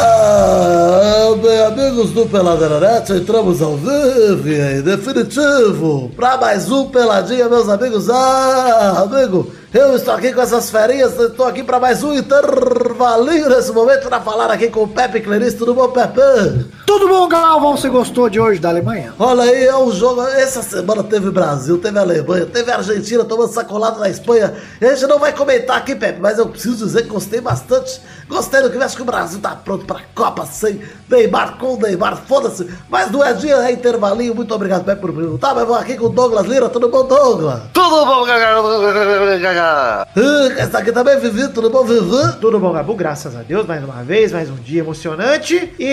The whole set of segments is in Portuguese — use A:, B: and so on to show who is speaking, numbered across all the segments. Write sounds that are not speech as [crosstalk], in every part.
A: Ah, bem, amigos do Peladranet, entramos ao vivo e em definitivo para mais um Peladinha, meus amigos. Ah, amigo, eu estou aqui com essas ferinhas, estou aqui para mais um intervalinho nesse momento para falar aqui com o Pepe Clarice. Tudo bom, Pepe?
B: Tudo bom, Galvão? Você gostou de hoje da Alemanha?
A: Olha aí, é um jogo. Essa semana teve Brasil, teve Alemanha, teve Argentina tomando sacolada na Espanha. E a gente não vai comentar aqui, Pepe, mas eu preciso dizer que gostei bastante. Gostei do que acho que o Brasil tá pronto pra Copa sem Neymar com Neymar, foda-se. Mas não é dia, é intervalinho. Muito obrigado, Pepe, por perguntar. Mas vou aqui com o Douglas Lira. Tudo bom, Douglas?
C: Tudo bom, gaga?
A: Ah, Essa aqui também, Vivi. Tudo bom, Vivi?
B: Tudo bom, Gabu? Graças a Deus, mais uma vez, mais um dia emocionante. E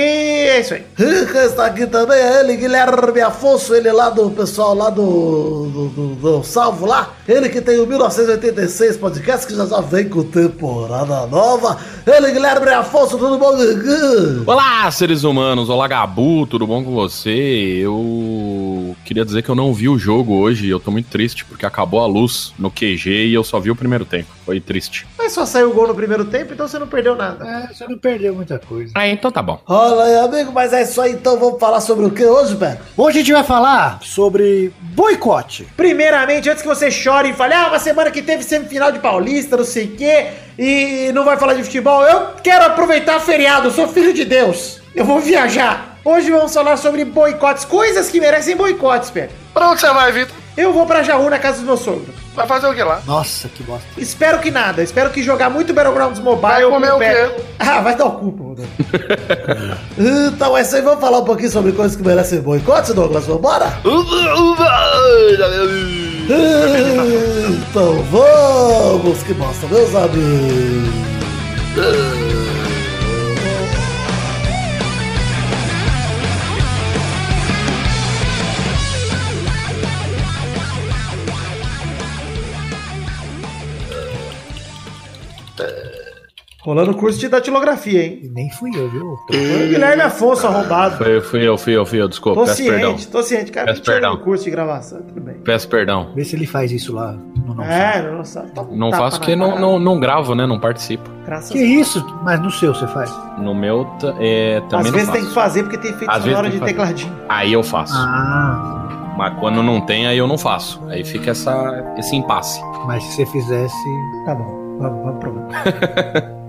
B: é isso aí.
A: Rica está aqui também, é ele, Guilherme Afonso, ele lá do pessoal lá do, do, do- do Salvo lá, ele que tem o 1986 podcast, que já já vem com temporada nova. Ele, Guilherme Afonso, tudo bom, Gugu?
D: Olá, seres humanos! Olá, Gabu, tudo bom com você? Eu queria dizer que eu não vi o jogo hoje, eu tô muito triste porque acabou a luz no QG e eu só vi o primeiro tempo. Foi triste.
B: Mas só saiu o gol no primeiro tempo, então você não perdeu nada.
E: É, você não perdeu muita coisa.
D: Ah, então tá bom.
A: Olha aí, amigo, mas é isso aí, então vamos falar sobre o que hoje, Beto?
E: Hoje a gente vai falar sobre boicote.
B: Primeiramente, antes que você chore e fale, ah, uma semana que teve semifinal de Paulista, não sei o quê, e não vai falar de futebol, eu quero aproveitar feriado, eu sou filho de Deus. Eu vou viajar. Hoje vamos falar sobre boicotes, coisas que merecem boicotes, Pedro.
C: Pra onde você vai, Vitor?
B: Eu vou pra Jaú, na casa do meu sogro.
C: Vai fazer o que lá?
E: Nossa, que bosta.
B: Espero que nada. Espero que jogar muito Battlegrounds Mobile.
C: Vai comer
B: com
C: o
B: Pet.
C: quê?
B: Ah, vai dar o cu, pô. Rodolfo.
A: Então é isso aí, vamos falar um pouquinho sobre coisas que merecem boicote, Douglas, vambora? Então vamos, que bosta, meus amigos.
B: Rolando curso de datilografia, hein?
E: E nem fui eu, viu?
B: Foi o Guilherme Afonso arrombado.
D: Foi, fui eu, fui eu, fui eu, desculpa.
B: Tô
D: Peço perdão.
B: ciente, tô ciente, cara.
D: Peço
B: Não tinha
D: perdão.
B: curso de gravação, tudo bem.
D: Peço perdão.
E: Vê se ele faz isso lá no nosso.
B: É, nossa. toma um
D: Não
B: tapa
D: faço
B: na
D: porque não,
B: cara.
D: não, não gravo, né? Não participo.
B: Graças
E: Que
B: a Deus.
E: isso? Mas no seu você faz.
D: No meu ta- é,
B: Às
D: também não
B: vezes tem
D: faço.
B: que fazer porque tem efeito
D: Às vezes
B: sonoro
D: tem
B: de
D: que fazer.
B: tecladinho.
D: Aí eu faço.
E: Ah,
D: Mas quando não tem, aí eu não faço. Aí fica essa, esse impasse.
E: mas se você fizesse.
B: Tá bom, vamos, vamos pro outro. [laughs]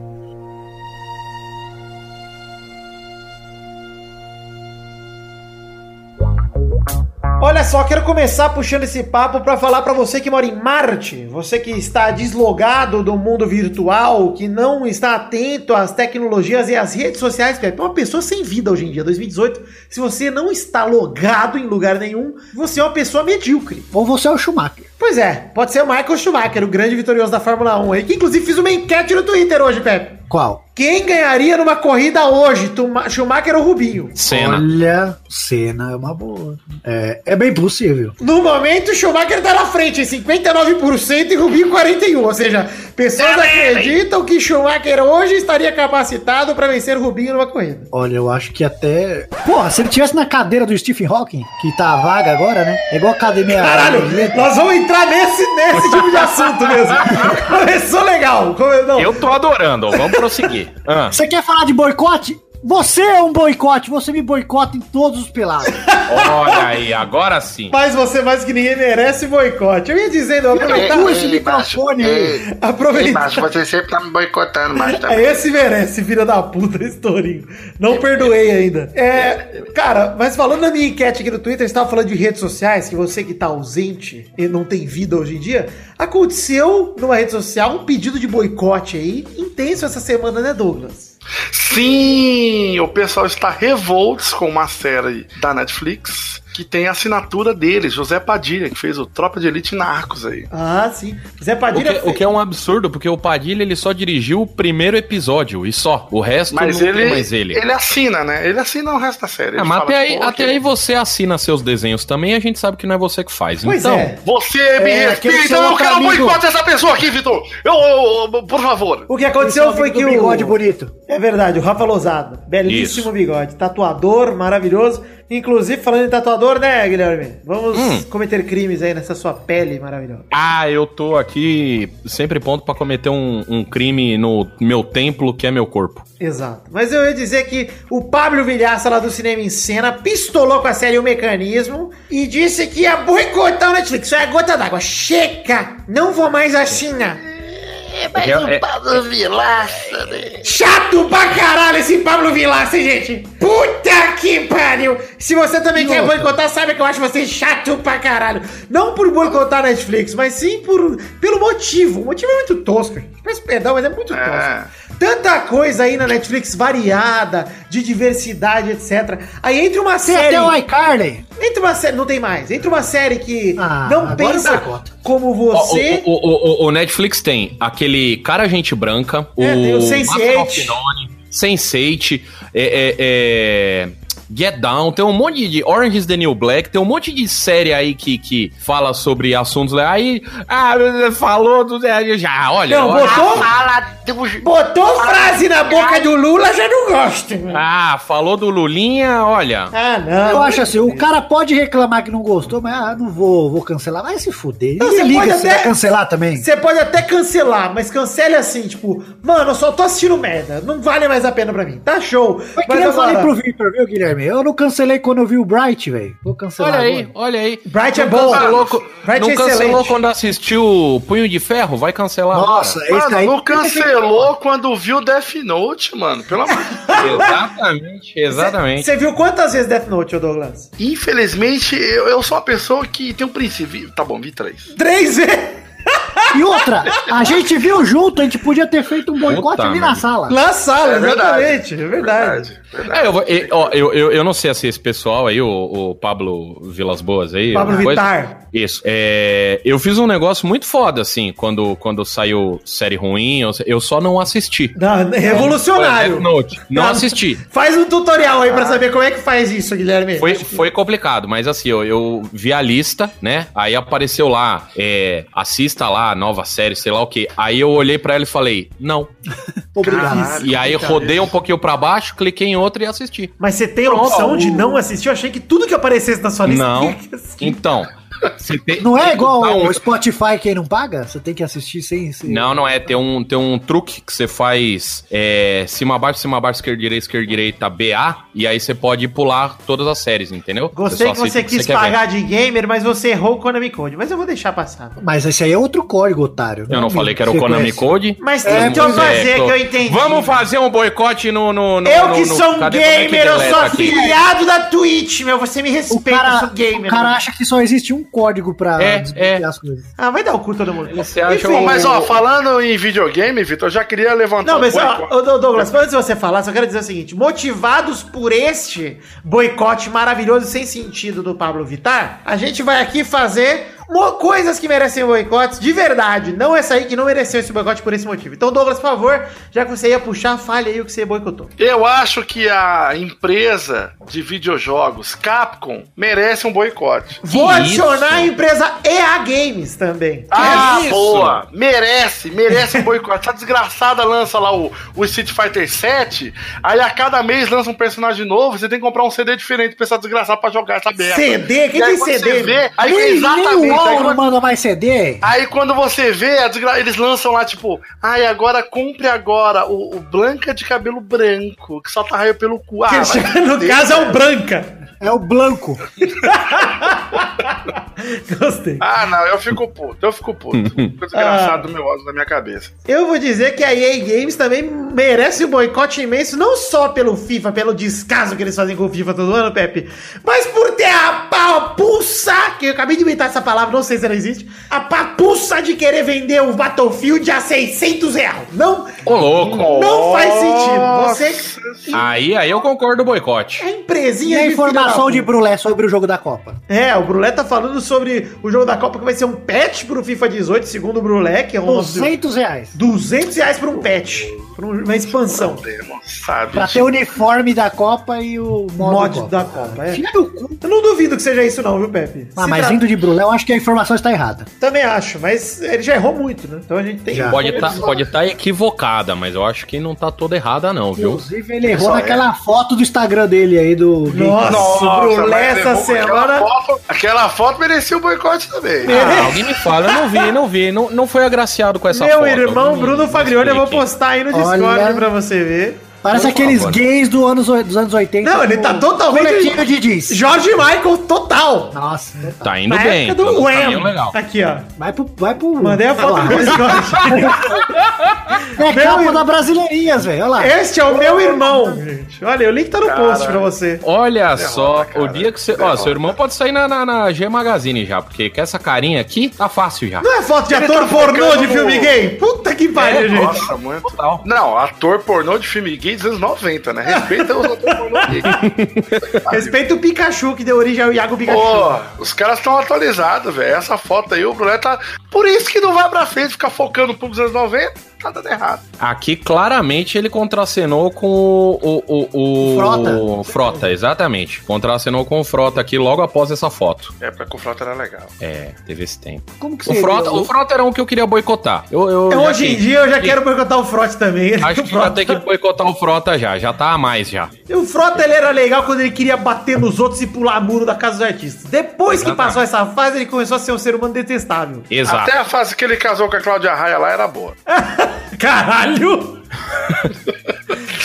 B: Olha só, quero começar puxando esse papo pra falar pra você que mora em Marte, você que está deslogado do mundo virtual, que não está atento às tecnologias e às redes sociais, Pepe. Uma pessoa sem vida hoje em dia, 2018. Se você não está logado em lugar nenhum, você é uma pessoa medíocre.
E: Ou você é o Schumacher.
B: Pois é, pode ser o Michael Schumacher, o grande vitorioso da Fórmula 1 aí, que inclusive fiz uma enquete no Twitter hoje, Pepe.
E: Qual?
B: Quem ganharia numa corrida hoje, Tuma- Schumacher ou Rubinho?
D: Cena.
E: Olha, cena é uma boa. É, é bem possível.
B: No momento, Schumacher tá na frente, em 59% e Rubinho 41%. Ou seja, pessoas acreditam que Schumacher hoje estaria capacitado pra vencer Rubinho numa corrida.
E: Olha, eu acho que até. Porra, se ele tivesse na cadeira do Stephen Hawking, que tá vaga agora, né? É igual a academia.
B: Caralho, nós vamos entrar nesse, nesse tipo de assunto [laughs] mesmo. Começou legal. Come... Não,
D: Eu tô adorando, ó, vamos prosseguir. Ah,
E: Você quer falar de boicote? Você é um boicote, você me boicota em todos os
B: [laughs]
E: pelados.
D: olha aí, agora sim.
B: Mas você mais que ninguém merece boicote. Eu ia dizendo, eu
C: É,
B: vou aproveitar.
E: Ei, esse microfone aí.
C: Ei, ei,
B: aproveitar.
C: macho, é, você sempre tá me boicotando, macho. Tá
B: É, Esse merece, filha da puta, esse tourinho. Não perdoei ainda. É, cara, mas falando na minha enquete aqui no Twitter, você tava falando de redes sociais, que você que tá ausente e não tem vida hoje em dia, aconteceu numa rede social um pedido de boicote aí, intenso essa semana, né, Douglas?
C: Sim, o pessoal está revoltos com uma série da Netflix que tem a assinatura dele, José Padilha, que fez o Tropa de Elite e Narcos aí.
B: Ah, sim. Zé
D: O
B: Padilha...
D: que, o que é um absurdo, porque o Padilha ele só dirigiu o primeiro episódio e só. O resto
C: Mas
D: não
C: ele,
D: tem mais ele.
C: ele assina, né? Ele assina o resto da série.
D: Ah,
C: Ele
D: mas
C: fala,
D: até, aí,
C: "Pô,
D: até
C: que-
D: aí você assina seus desenhos também a gente sabe que não é você que faz.
B: Pois
D: então,
B: é.
C: Você me
B: É, aquele
C: respeita,
B: seu
C: eu quero
B: amigo-
C: boicotar essa pessoa aqui, Vitor! Eu, eu- eu- por favor.
B: O que aconteceu foi que o...
E: bigode bonito.
B: É verdade, o Rafa Lozado. Belíssimo
D: Isso.
B: bigode. Tatuador, maravilhoso. Inclusive, falando em tatuador, favor, né, Guilherme? Vamos
D: Hum.
B: cometer crimes aí nessa sua pele maravilhosa.
D: Ah, eu tô aqui sempre pronto pra cometer um, um crime no meu templo, que é meu corpo.
B: Exato. Mas eu ia dizer que o Pablo Vilhaça lá do Cinema em Cena pistolou com a série O Mecanismo e disse que ia boicotar o Netflix. Isso é gota d'água. Chega! Não vou mais assinar.
D: É, é-
B: Chato pra caralho esse Pablo Vilaça, gente! Puta que pariu! Se você também quer boicotar, sabe que eu acho você chato pra caralho. Não por boicotar a Netflix, mas sim por, pelo motivo. O motivo é muito tosco. gente. Peço perdão, mas é muito
C: É.
B: tosco. Tanta coisa aí na Netflix variada, de diversidade, etc. Aí entra uma
E: Tem
B: série.
E: até um o iCarly.
B: Entra uma série. Não tem mais. Entra uma série que
E: Ah,
B: não
E: agora dá
B: pensa
E: conta.
B: como você.
D: O, o- o- o- o Netflix tem aquele cara gente branca,
B: É, tem o
D: o
B: Sense8.
D: Sense8, é, é, é, Get Down, tem um monte de Orange is the New Black, tem um monte de série aí que, que fala sobre assuntos. le- Aí, ah, falou do é, já, olha.
B: Não,
D: olha-
B: botou. Botou frase na boca do Lula, já não gosto.
D: Ah, falou do Lulinha, olha.
B: Ah, não.
E: Eu acho assim, o cara pode reclamar que não gostou, mas ah, não vou, vou cancelar. Vai se fuder.
B: Não,
E: Ninguém
B: você
E: liga
B: pode
E: se
B: até-
E: vai cancelar também.
B: Você pode até cancelar, mas cancele assim, tipo, mano, eu só tô assistindo merda, não vale mais a pena pra mim. Tá show.
E: Mas que nem eu falei pro Victor, viu, Guilherme? Eu não cancelei quando eu vi o Bright, velho. Vou cancelar
D: Olha aí,
E: agora.
D: olha aí.
B: Bright é
D: Não
B: bom.
D: cancelou co-
B: Bright
D: não
B: é
D: cancelou
B: excelente.
D: quando assistiu Punho de Ferro? Vai cancelar
E: Nossa, esse
C: Mano,
E: daí...
C: não cancelou [laughs] quando viu Death Note, mano. Pelo amor de Deus.
B: [laughs]
D: agora. Exatamente, exatamente.
B: é, Você viu quantas vezes Death Note, ô Douglas?
C: Infelizmente, eu, eu sou uma pessoa que tem um princípio. Tá bom, vi três.
B: Três vezes.
E: E outra, a gente viu junto, a gente podia ter feito um boicote
D: Puta
E: ali na
D: merda.
E: sala.
B: Na sala,
C: É verdade.
B: exatamente. É verdade.
C: verdade.
D: É, eu, vou- e- ó, eu, eu, eu não sei se esse pessoal aí, o, o Pablo Vilas Boas aí.
B: Pablo
D: alguma coisa-
B: Vittar.
D: Isso. É, eu fiz um negócio muito foda, assim, quando, quando saiu série ruim, eu, eu só não assisti.
B: Não, é revolucionário.
D: Death Note. Não
B: Não.
D: assisti.
B: Faz um tutorial aí pra saber como é que faz isso, Guilherme.
D: Foi, foi complicado, mas assim, eu, eu vi a lista, né? Aí apareceu lá, é, assista lá, nova série, sei lá o quê. Aí eu olhei pra ela e falei, não.
E: Obrigado.
C: Caralho.
D: e aí rodei um pouquinho pra baixo, cliquei em outra e assisti.
B: Mas você tem a opção de não assistir? Eu achei que tudo que aparecesse na sua lista
D: Não.
B: tinha que assistir.
D: Então, [laughs] você tem.
E: Não é
D: tem-
E: igual
D: dá um-
E: o Spotify, quem não paga? Você tem que assistir sem... sem-
D: Não, não é. Tem um, tem um truque que você faz é, cima, baixo, cima, baixo, esquerda, direita, esquerda, direita, BA. E aí você pode pular todas as séries, entendeu?
B: Gostei
D: só
B: que
D: assiste
B: você
D: o
B: quis
D: quer ver.
B: pagar de gamer, mas você errou o Konami Code. Mas eu vou deixar passar.
E: Mas esse aí é outro código, otário.
D: Eu não falei que era o
E: Você
D: Konami
E: conhece.
D: Code.
B: Mas tem
E: É,
B: que eu
E: pois
B: fazer,
D: É,
B: que
D: tô-
B: eu entendi.
D: Vamos fazer um boicote no. no, no-
B: eu
D: no-
B: que
D: no-
B: sou um
D: cadê- como é que
B: gamer, eu
D: deleta
B: sou
D: aqui?
B: afiliado da Twitch, meu. Você me
E: O
B: respeita, eu
E: cara,
B: sou gamer. né?
E: o cara acha que só existe um código pra
D: É,
E: desbloquear
D: é.
E: as coisas.
B: Ah, vai dar o cu todo mundo.
D: Você acha
B: Enfim,
D: o-
B: mas-
C: Mas, ó, falando em videogame, Vitor, eu já queria levantar
B: Não, mas
C: um
B: ó,
C: boicote.
B: ô, ô, Douglas, antes de você falar, só quero dizer o seguinte: motivados por este boicote maravilhoso e sem sentido do Pablo Vittar, a gente vai aqui fazer mo- coisas que merecem boicotes de verdade, não essa aí que não mereceu esse boicote por esse motivo. Então, Douglas, por favor, já que você ia puxar, fale aí o que você boicotou.
C: Eu acho que a empresa de videojogos, Capcom, merece um boicote.
B: Vou
D: isso?
B: adicionar a empresa EA Games também.
C: Ah,
D: isso?
C: boa! Merece, merece [laughs] um boicote. Essa desgraçada lança lá o, o Street Fighter 7, aí a cada mês lança um personagem novo, você tem que comprar um CD diferente pra essa desgraçada pra jogar essa merda.
B: CD? Quem
C: E aí
B: tem
C: quando
B: CD?
C: Você vê, aí,
E: nem,
B: é
E: nem
C: exatamente.
E: o
C: Aí
E: UOL não
C: quando,
E: manda mais CD.
C: aí quando você vê, a desgra- eles lançam lá, tipo, ai, agora compre agora o, o Blanca de cabelo branco, que só tá raio pelo cu. Ah, vai
B: Que [laughs] no caso é o Branca.
E: É o Blanco.
B: Gostei.
C: Ah, não, eu fico puto, eu fico puto. Fico desgraçado do meu ódio na minha cabeça.
B: Eu vou dizer que a EA Games também merece um boicote imenso, não só pelo FIFA, pelo descaso que eles fazem com o FIFA todo ano, Pepe, mas por ter a papuça, que eu acabei de inventar essa palavra, não sei se ela existe, a papuça de querer vender o Battlefield a 600 reais. Não,
D: Ô, louco.
B: não faz sentido. Você...
D: Aí, aí eu concordo do boicote.
B: A
E: E
B: empresinha
E: a informação de
B: filho da puta.
E: Brulé sobre o jogo da Copa?
B: É, o Brulé tá falando sobre o jogo da Copa que vai ser um patch pro FIFA 18, segundo o Brulé, que é um...
E: 200 reais.
B: 200 reais por um patch. Foram uma expansão.
C: Demo, sabe?
E: Pra ter o uniforme da Copa e o
B: Mod,
E: modo Copa.
B: da Copa. é.
E: Filho do cu.
B: Eu não duvido que seja isso, não, viu, Pepe?
E: Ah,
B: Se
E: mas
B: tra-
E: vindo de Brulé, eu acho que a informação está errada.
B: Também acho, mas ele já errou muito, né? Então a gente tem
E: Já.
D: Pode estar pode tá equivocada, mas eu acho que não tá toda errada, não,
B: [laughs]
D: viu?
E: Inclusive, ele errou
C: Só
D: é.
E: naquela foto do Instagram dele aí do.
B: Nossa, Brulé
C: mas
B: essa
C: levou-
B: semana.
C: Aquela foto, aquela foto merecia o boicote também.
D: Ah, alguém me fala, eu não vi, não vi. Não, não foi agraciado com essa
B: Meu
D: foto.
B: irmão
D: Alguém
B: Bruno
D: me
B: Faglione, eu vou
D: explique.
B: postar aí no
E: Olha.
B: Discord pra você ver.
E: Parece
D: Por
E: aqueles
D: favor.
E: gays do anos, oi- dos anos 80.
B: Não, ele tá
E: com
B: totalmente-
E: Coletinho de jeans.
B: Jorge Michael total.
E: Nossa,
D: Tá indo
B: Na
D: bem.
B: época
D: tá
B: do
D: no caminho
B: Wham.
D: legal.
B: Aqui, ó.
E: vai pro. Vai pro
B: Mandei a foto
E: Olha
B: pro
E: Tá lá. [laughs]
B: Jorge.
E: É
B: Meu
E: capa
B: irmão.
E: da Brasileirinhas, velho. Olha lá.
B: Este é o meu irmão, gente. Olha, o link tá no post
C: Caralho.
B: pra você.
D: Olha
C: Derrota,
D: só, o
C: cara.
D: dia que você. Ó,
C: Derrota.
D: seu irmão pode sair na, na, na G Magazine já, porque com essa carinha aqui tá fácil já.
B: Não é foto de
C: Ele
B: ator
C: tá
B: pornô
C: focando
B: de
C: no-
B: filme gay? Puta que pariu,
D: É,
B: gente.
C: Ah, Nossa, muito.
D: Total.
C: Não, ator pornô de filme gay dos anos 90, né? Respeita os atores pornô gay.
B: Respeita o Pikachu que deu origem ao Iago Pikachu.
C: Pô, os caras estão atualizados, velho. Essa foto aí, o Bruno tá. Por isso que não vai pra frente, ficar focando no público dos anos 90, tá dando errado.
D: Aqui claramente ele contracenou com o. o, o, o-
E: Frota.
D: o Frota, exatamente. Contracenou com o Frota aqui logo após essa foto.
C: É, pra com frota era legal.
D: É, teve esse tempo.
E: Como que
D: O
E: seria
D: Frota,
E: o-
D: o Frota era um que eu queria boicotar. Eu, eu
B: Eu,
D: já
B: É hoje em
D: que-
B: dia eu já quero boicotar o Frota também.
D: Acho que vai ter que boicotar o Frota já, já tá a mais já.
B: E O Frota ele era legal quando ele queria bater nos outros e pular muro da casa dos artistas. Depois que
D: Exatamente.
B: passou essa fase, ele começou a ser um ser humano detestável.
D: Exato.
C: Até a fase que ele casou com a Cláudia Raia lá era boa.
B: Caralho!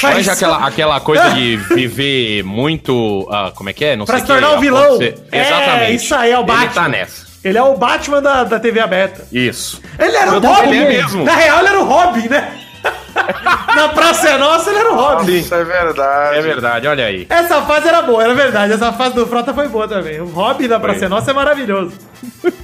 D: Mas
B: isso-
D: aquela, aquela coisa
B: [laughs]
D: de viver muito. ah, como é que é? Não
B: Pra
D: sei
B: se tornar
D: que
B: um vilão.
D: acontecer.
B: É,
D: Exatamente.
B: isso aí, é o Batman.
D: Ele tá nessa.
B: Ele é o Batman da, da TV aberta.
D: Isso.
B: Ele era o
D: Ele
B: Robin.
D: é mesmo.
B: Na real, ele era o Robin, né?
D: [laughs]
B: Na Praça é Nossa, ele era o Robin.
C: Isso é verdade.
D: É verdade, olha aí.
B: Essa fase era boa, era verdade. Essa fase do Frota foi boa também. O Robin da Praça é Nossa é maravilhoso.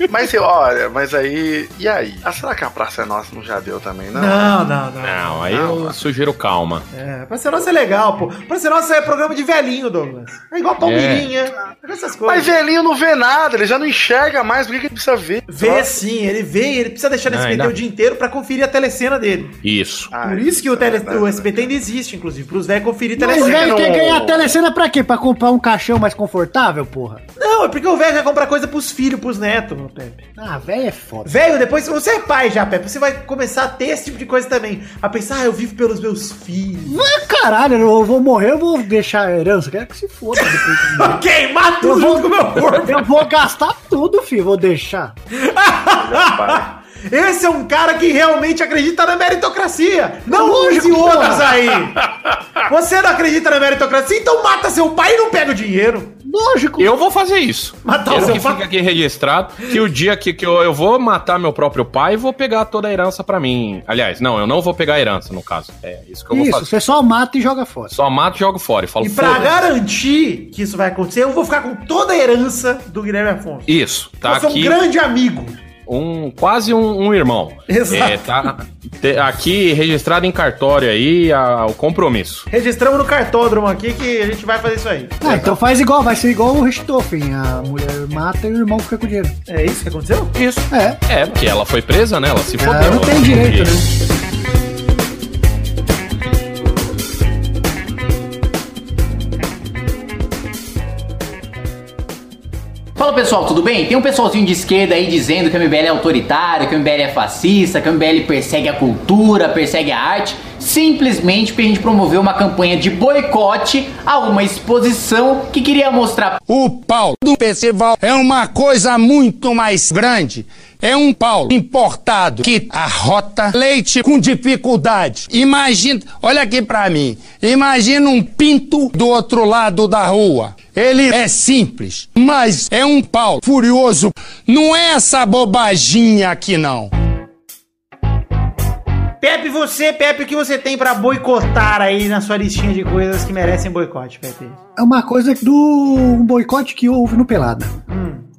C: Mas olha, mas aí. E aí? Ah, será que a Praça é Nossa não já deu também, não?
B: Não, não, não.
D: Não, aí eu sugiro calma.
B: É, Praça é Nossa é legal, pô. Praça é Nossa é programa de velhinho, Douglas. É igual Palmeirinha, essas
C: Mas
B: coisas.
C: velhinho não vê nada, ele já não enxerga mais, por que, que ele precisa ver?
B: Vê sim, ele vê, ele precisa deixar no
D: Não,
B: SBT
D: ainda-
B: o dia inteiro pra conferir a telecena dele.
D: Isso.
C: Ah,
B: Por isso que o,
C: é
B: tele...
C: verdade,
B: o
C: né?
B: SBT ainda existe, inclusive, pros velhos conferir
E: Mas,
B: telecena.
E: velho, quer
C: não-
E: ganhar a telecena pra quê? Pra comprar um caixão mais confortável, porra?
B: Não, é porque o velho já compra coisa pros filhos, pros netos, meu Pepe.
E: Ah, velho, é foda.
B: Velho, depois você é pai já, Pepe. Você vai começar a ter esse tipo de coisa também. A pensar, ah, eu vivo pelos meus filhos.
E: Ah, caralho, eu vou morrer, eu vou deixar a herança. Quero que se foda depois. que eu morrer.
B: Queimar
E: Eu
B: [laughs] tudo
E: vou-
B: junto com o meu [laughs] corpo.
E: Eu vou gastar tudo, filho. Vou deixar.
B: [laughs] Esse é um cara que realmente acredita na meritocracia. Não
E: Lógico,
B: use outras
E: porra.
B: aí. Você não acredita na meritocracia, então mata seu pai e não pega o dinheiro.
E: Lógico.
D: Eu vou fazer isso.
B: Matar o
D: Quero
B: seu
D: que
B: pai.
D: fique aqui registrado que o dia que, que eu, eu vou matar meu próprio pai, vou pegar toda a herança pra mim. Aliás, não, eu não vou pegar a herança, no caso. É isso que eu vou
E: Isso,
D: fazer.
E: você só mata e joga fora.
D: Só mato e jogo fora e falo
B: E pra
D: "Foda-se".
B: garantir que isso vai acontecer, eu vou ficar com toda a herança do Guilherme Afonso.
D: Isso, tá
B: eu sou um
D: aqui
B: grande amigo.
D: um quase um, um irmão.
B: Exato.
D: É, tá te- aqui registrado em cartório aí a- o compromisso.
B: Registramos no cartódromo aqui que a gente vai fazer isso aí.
E: Ah, então faz igual, vai ser igual o Richthofen. A mulher mata e o irmão fica com o dinheiro.
B: É isso que aconteceu?
D: Isso.
E: É.
D: É, porque ela foi presa, né? Ela se fodeu.
E: Ela Ah, não tem direito, né?
F: Fala pessoal, tudo bem? Tem um pessoalzinho de esquerda aí dizendo que o MBL é autoritário, que o MBL é fascista, que o MBL persegue a cultura, persegue a arte, simplesmente porque a gente promoveu uma campanha de boicote a uma exposição que queria mostrar
G: O pau do Percival é uma coisa muito mais grande. É um pau importado que arrota leite com dificuldade. Imagina, olha aqui pra mim. Imagina um pinto do outro lado da rua. Ele é simples, mas é um pau furioso. Não é essa bobaginha aqui não.
B: Pepe, você, Pepe, o que você tem pra boicotar aí na sua listinha de coisas que merecem boicote, Pepe?
E: É uma coisa do Hum. um boicote que houve no Pelada.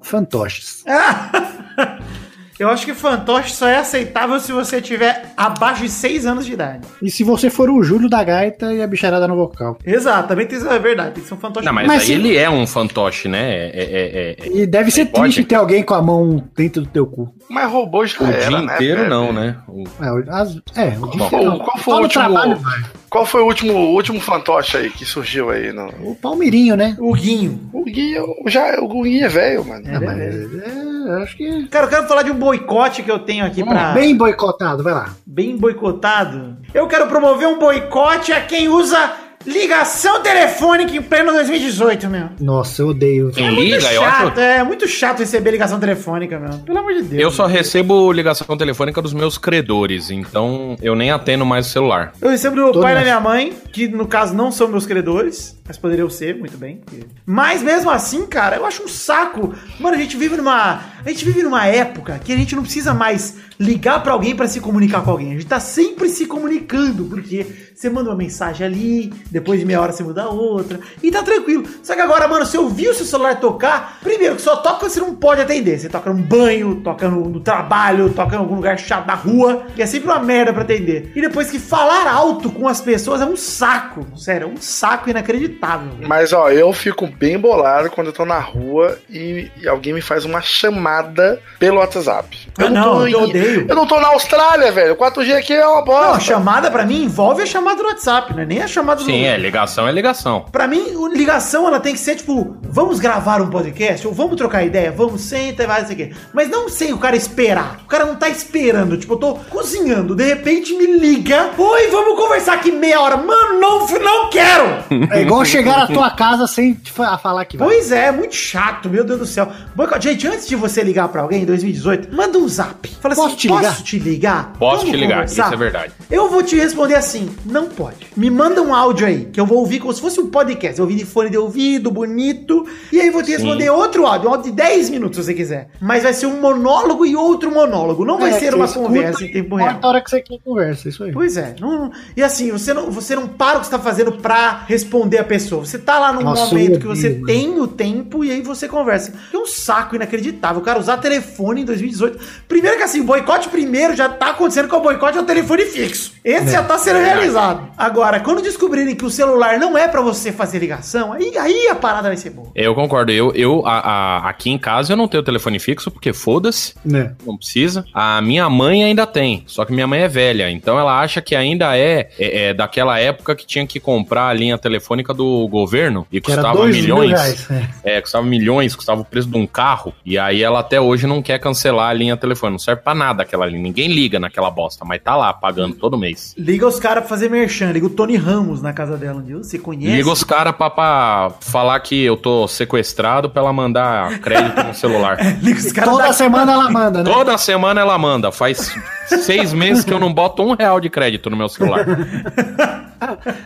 E: Fantoches.
B: Ah, [laughs] Eu acho que fantoche só é aceitável se você tiver abaixo de 6 anos de idade.
E: E se você for o Júlio da Gaita e a bicharada no vocal.
B: Exato, também tem isso, é verdade, tem que ser um fantoche.
D: Não, mas,
E: Mas
D: aí
E: se-
D: ele é um fantoche, né? É, é- é- é-
E: E deve ser
D: pode?
E: triste ter alguém com a mão dentro do teu cu.
C: Mas robô já
D: O
C: era,
D: dia
C: né,
D: inteiro
C: velho?
D: não, né? O-
E: É, o- as- é, o
D: Bom,
E: dia
C: Qual,
E: inteiro.
C: qual foi
E: Só
C: o
E: no
C: último,
E: trabalho,
C: qual foi o último, o último fantoche aí que surgiu aí? No...
E: O Palmeirinho, né?
B: O Guinho.
C: O Guinho já, o Guinho é velho, mano.
E: É, mas, é, eu acho que.
B: Cara, eu quero falar de um boicote que eu tenho aqui pra.
E: Hum, Bem boicotado, vai lá.
B: bem boicotado. Eu quero promover um boicote a quem usa ligação telefônica em pleno 2018, meu.
E: Nossa, eu odeio.
D: Quem
B: É muito
D: liga, eu
B: chato,
D: acho.
B: é muito chato receber ligação telefônica, meu. Pelo amor de Deus.
D: Eu só recebo ligação telefônica dos meus credores, então eu nem atendo mais o celular.
B: Eu recebo do meu
E: Todo
B: pai e da
E: mundo.
B: minha mãe, que no caso não são meus credores, mas poderiam ser, muito bem. porque- Mas mesmo assim, cara, eu acho um saco. Mano, a gente vive numa. A gente vive numa época que a gente não precisa mais ligar pra alguém pra se comunicar com alguém. A gente tá sempre se comunicando, porque você manda uma mensagem ali, depois de meia hora você muda a outra, e tá tranquilo. Só que agora, mano, se eu vi o seu celular tocar, primeiro que só toca você não pode atender. Você toca no banho, toca no, no trabalho, toca em algum lugar chato da rua, e é sempre uma merda pra atender. E depois que falar alto com as pessoas é um saco, sério, é um saco inacreditável.
C: Mas ó, eu fico bem bolado quando eu tô na rua e, e alguém me faz uma chamada pelo WhatsApp.
B: Ah, não,
C: tô
B: eu
C: em-
B: odeio.
C: Eu não tô na Austrália, velho. 4G aqui é uma
B: Não, a
C: bosta.
B: chamada pra mim envolve a chamada do WhatsApp, não é nem a chamada do
D: Sim, é, ligação é ligação.
B: Pra mim, o- ligação ela tem que ser tipo, vamos gravar um podcast ou vamos trocar ideia, vamos, senta e vai, não sei o quê. Mas não sem o cara esperar. O cara não tá esperando. Tipo, eu tô cozinhando, de repente me liga. Oi, vamos conversar aqui meia hora. Mano, não, não quero!
E: [laughs] É igual chegar à tua casa sem te fa- falar que vai.
B: Pois é, muito chato, meu Deus do céu. Boicote, gente, antes de você ligar pra alguém em 2018, manda um zap. Fala assim,
E: Posso te
B: posso
E: ligar?"
B: te ligar?
D: Posso
B: Vamos
D: te ligar,
B: conversar?"
D: isso é verdade.
B: Eu vou te responder assim, não pode. Me manda um áudio aí, que eu vou ouvir como se fosse um podcast. Eu ouvi de fone de ouvido, bonito. E aí vou te responder outro áudio, um áudio de 10 minutos, se você quiser. Mas vai ser um monólogo e outro monólogo. Não vai
E: É,
B: ser
E: você
B: uma
E: escuta
B: conversa
E: e
B: em tempo
E: corta
B: real.
E: a hora que você quer conversa, isso aí.
B: Pois é. não- e assim, você não, você não para o que você tá fazendo pra responder a pessoa. Você tá lá num
E: Nossa,
B: momento
E: eu
B: que você
E: odeio,
B: tem o tempo e aí você conversa. É um saco inacreditável. Cara, usar telefone em 2018. Primeiro que assim, o boicote primeiro já tá acontecendo que o boicote é o telefone fixo. Esse já tá
E: é
B: sendo realizado. Agora, quando descobrirem que o celular não é pra você fazer ligação, aí, aí a parada vai ser boa.
D: Eu concordo. Eu, eu a- a- aqui em casa eu não tenho telefone fixo, porque foda-se,
E: Né?
D: não precisa. A minha mãe ainda tem, só que minha mãe é velha, então ela acha que ainda é, é- é daquela época que tinha que comprar a linha telefônica do governo e
E: Que era
D: custava
E: dois mil
D: milhões.
E: reais. é.
D: É, custava milhões, custava o preço de um carro. E aí ela até hoje não quer cancelar a linha telefônica. Não serve pra nada aquela linha. Ninguém liga naquela bosta, mas tá lá pagando todo mês.
B: Liga os caras pra fazer merchan. Liga o Tony Ramos na casa dela, viu? Você conhece?
D: Liga os caras pra, pra falar que eu tô sequestrado pra ela mandar crédito no celular.
B: Liga os caras
E: Toda
B: da-
E: semana ela manda,
B: [laughs]
E: né?
D: Toda semana ela manda. Faz seis meses que eu não boto um real de crédito no meu celular.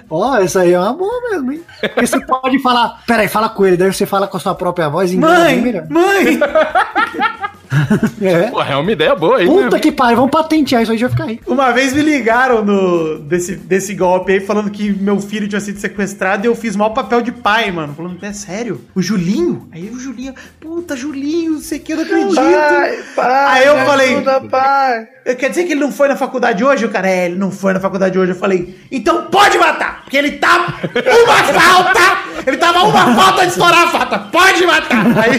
E: Ó, isso aí é uma boa mesmo, hein? Porque você pode falar. Peraí, fala com ele, daí você fala com a sua própria voz e engana bem
B: Mãe!
E: melhor.
B: Mãe! [laughs]
E: É.
D: Porra, é uma ideia boa aí,
E: Puta
D: né?
E: que pariu, vamos patentear isso aí, já fica aí.
B: Uma vez me ligaram no, desse, desse golpe aí, falando que meu filho tinha sido sequestrado e eu fiz mau papel de pai, mano. Falando, é sério? O Julinho? Aí o Julinho, puta, Julinho, não sei o que, eu não acredito.
C: Pai, pai,
B: Aí eu
C: me
B: falei-
C: ajuda, pai.
B: Quer dizer que ele não foi na faculdade hoje? O cara, é, ele não foi na faculdade hoje. Eu falei, então pode matar, porque ele tá uma falta, ele tava uma falta de estourar a falta, pode matar. Aí,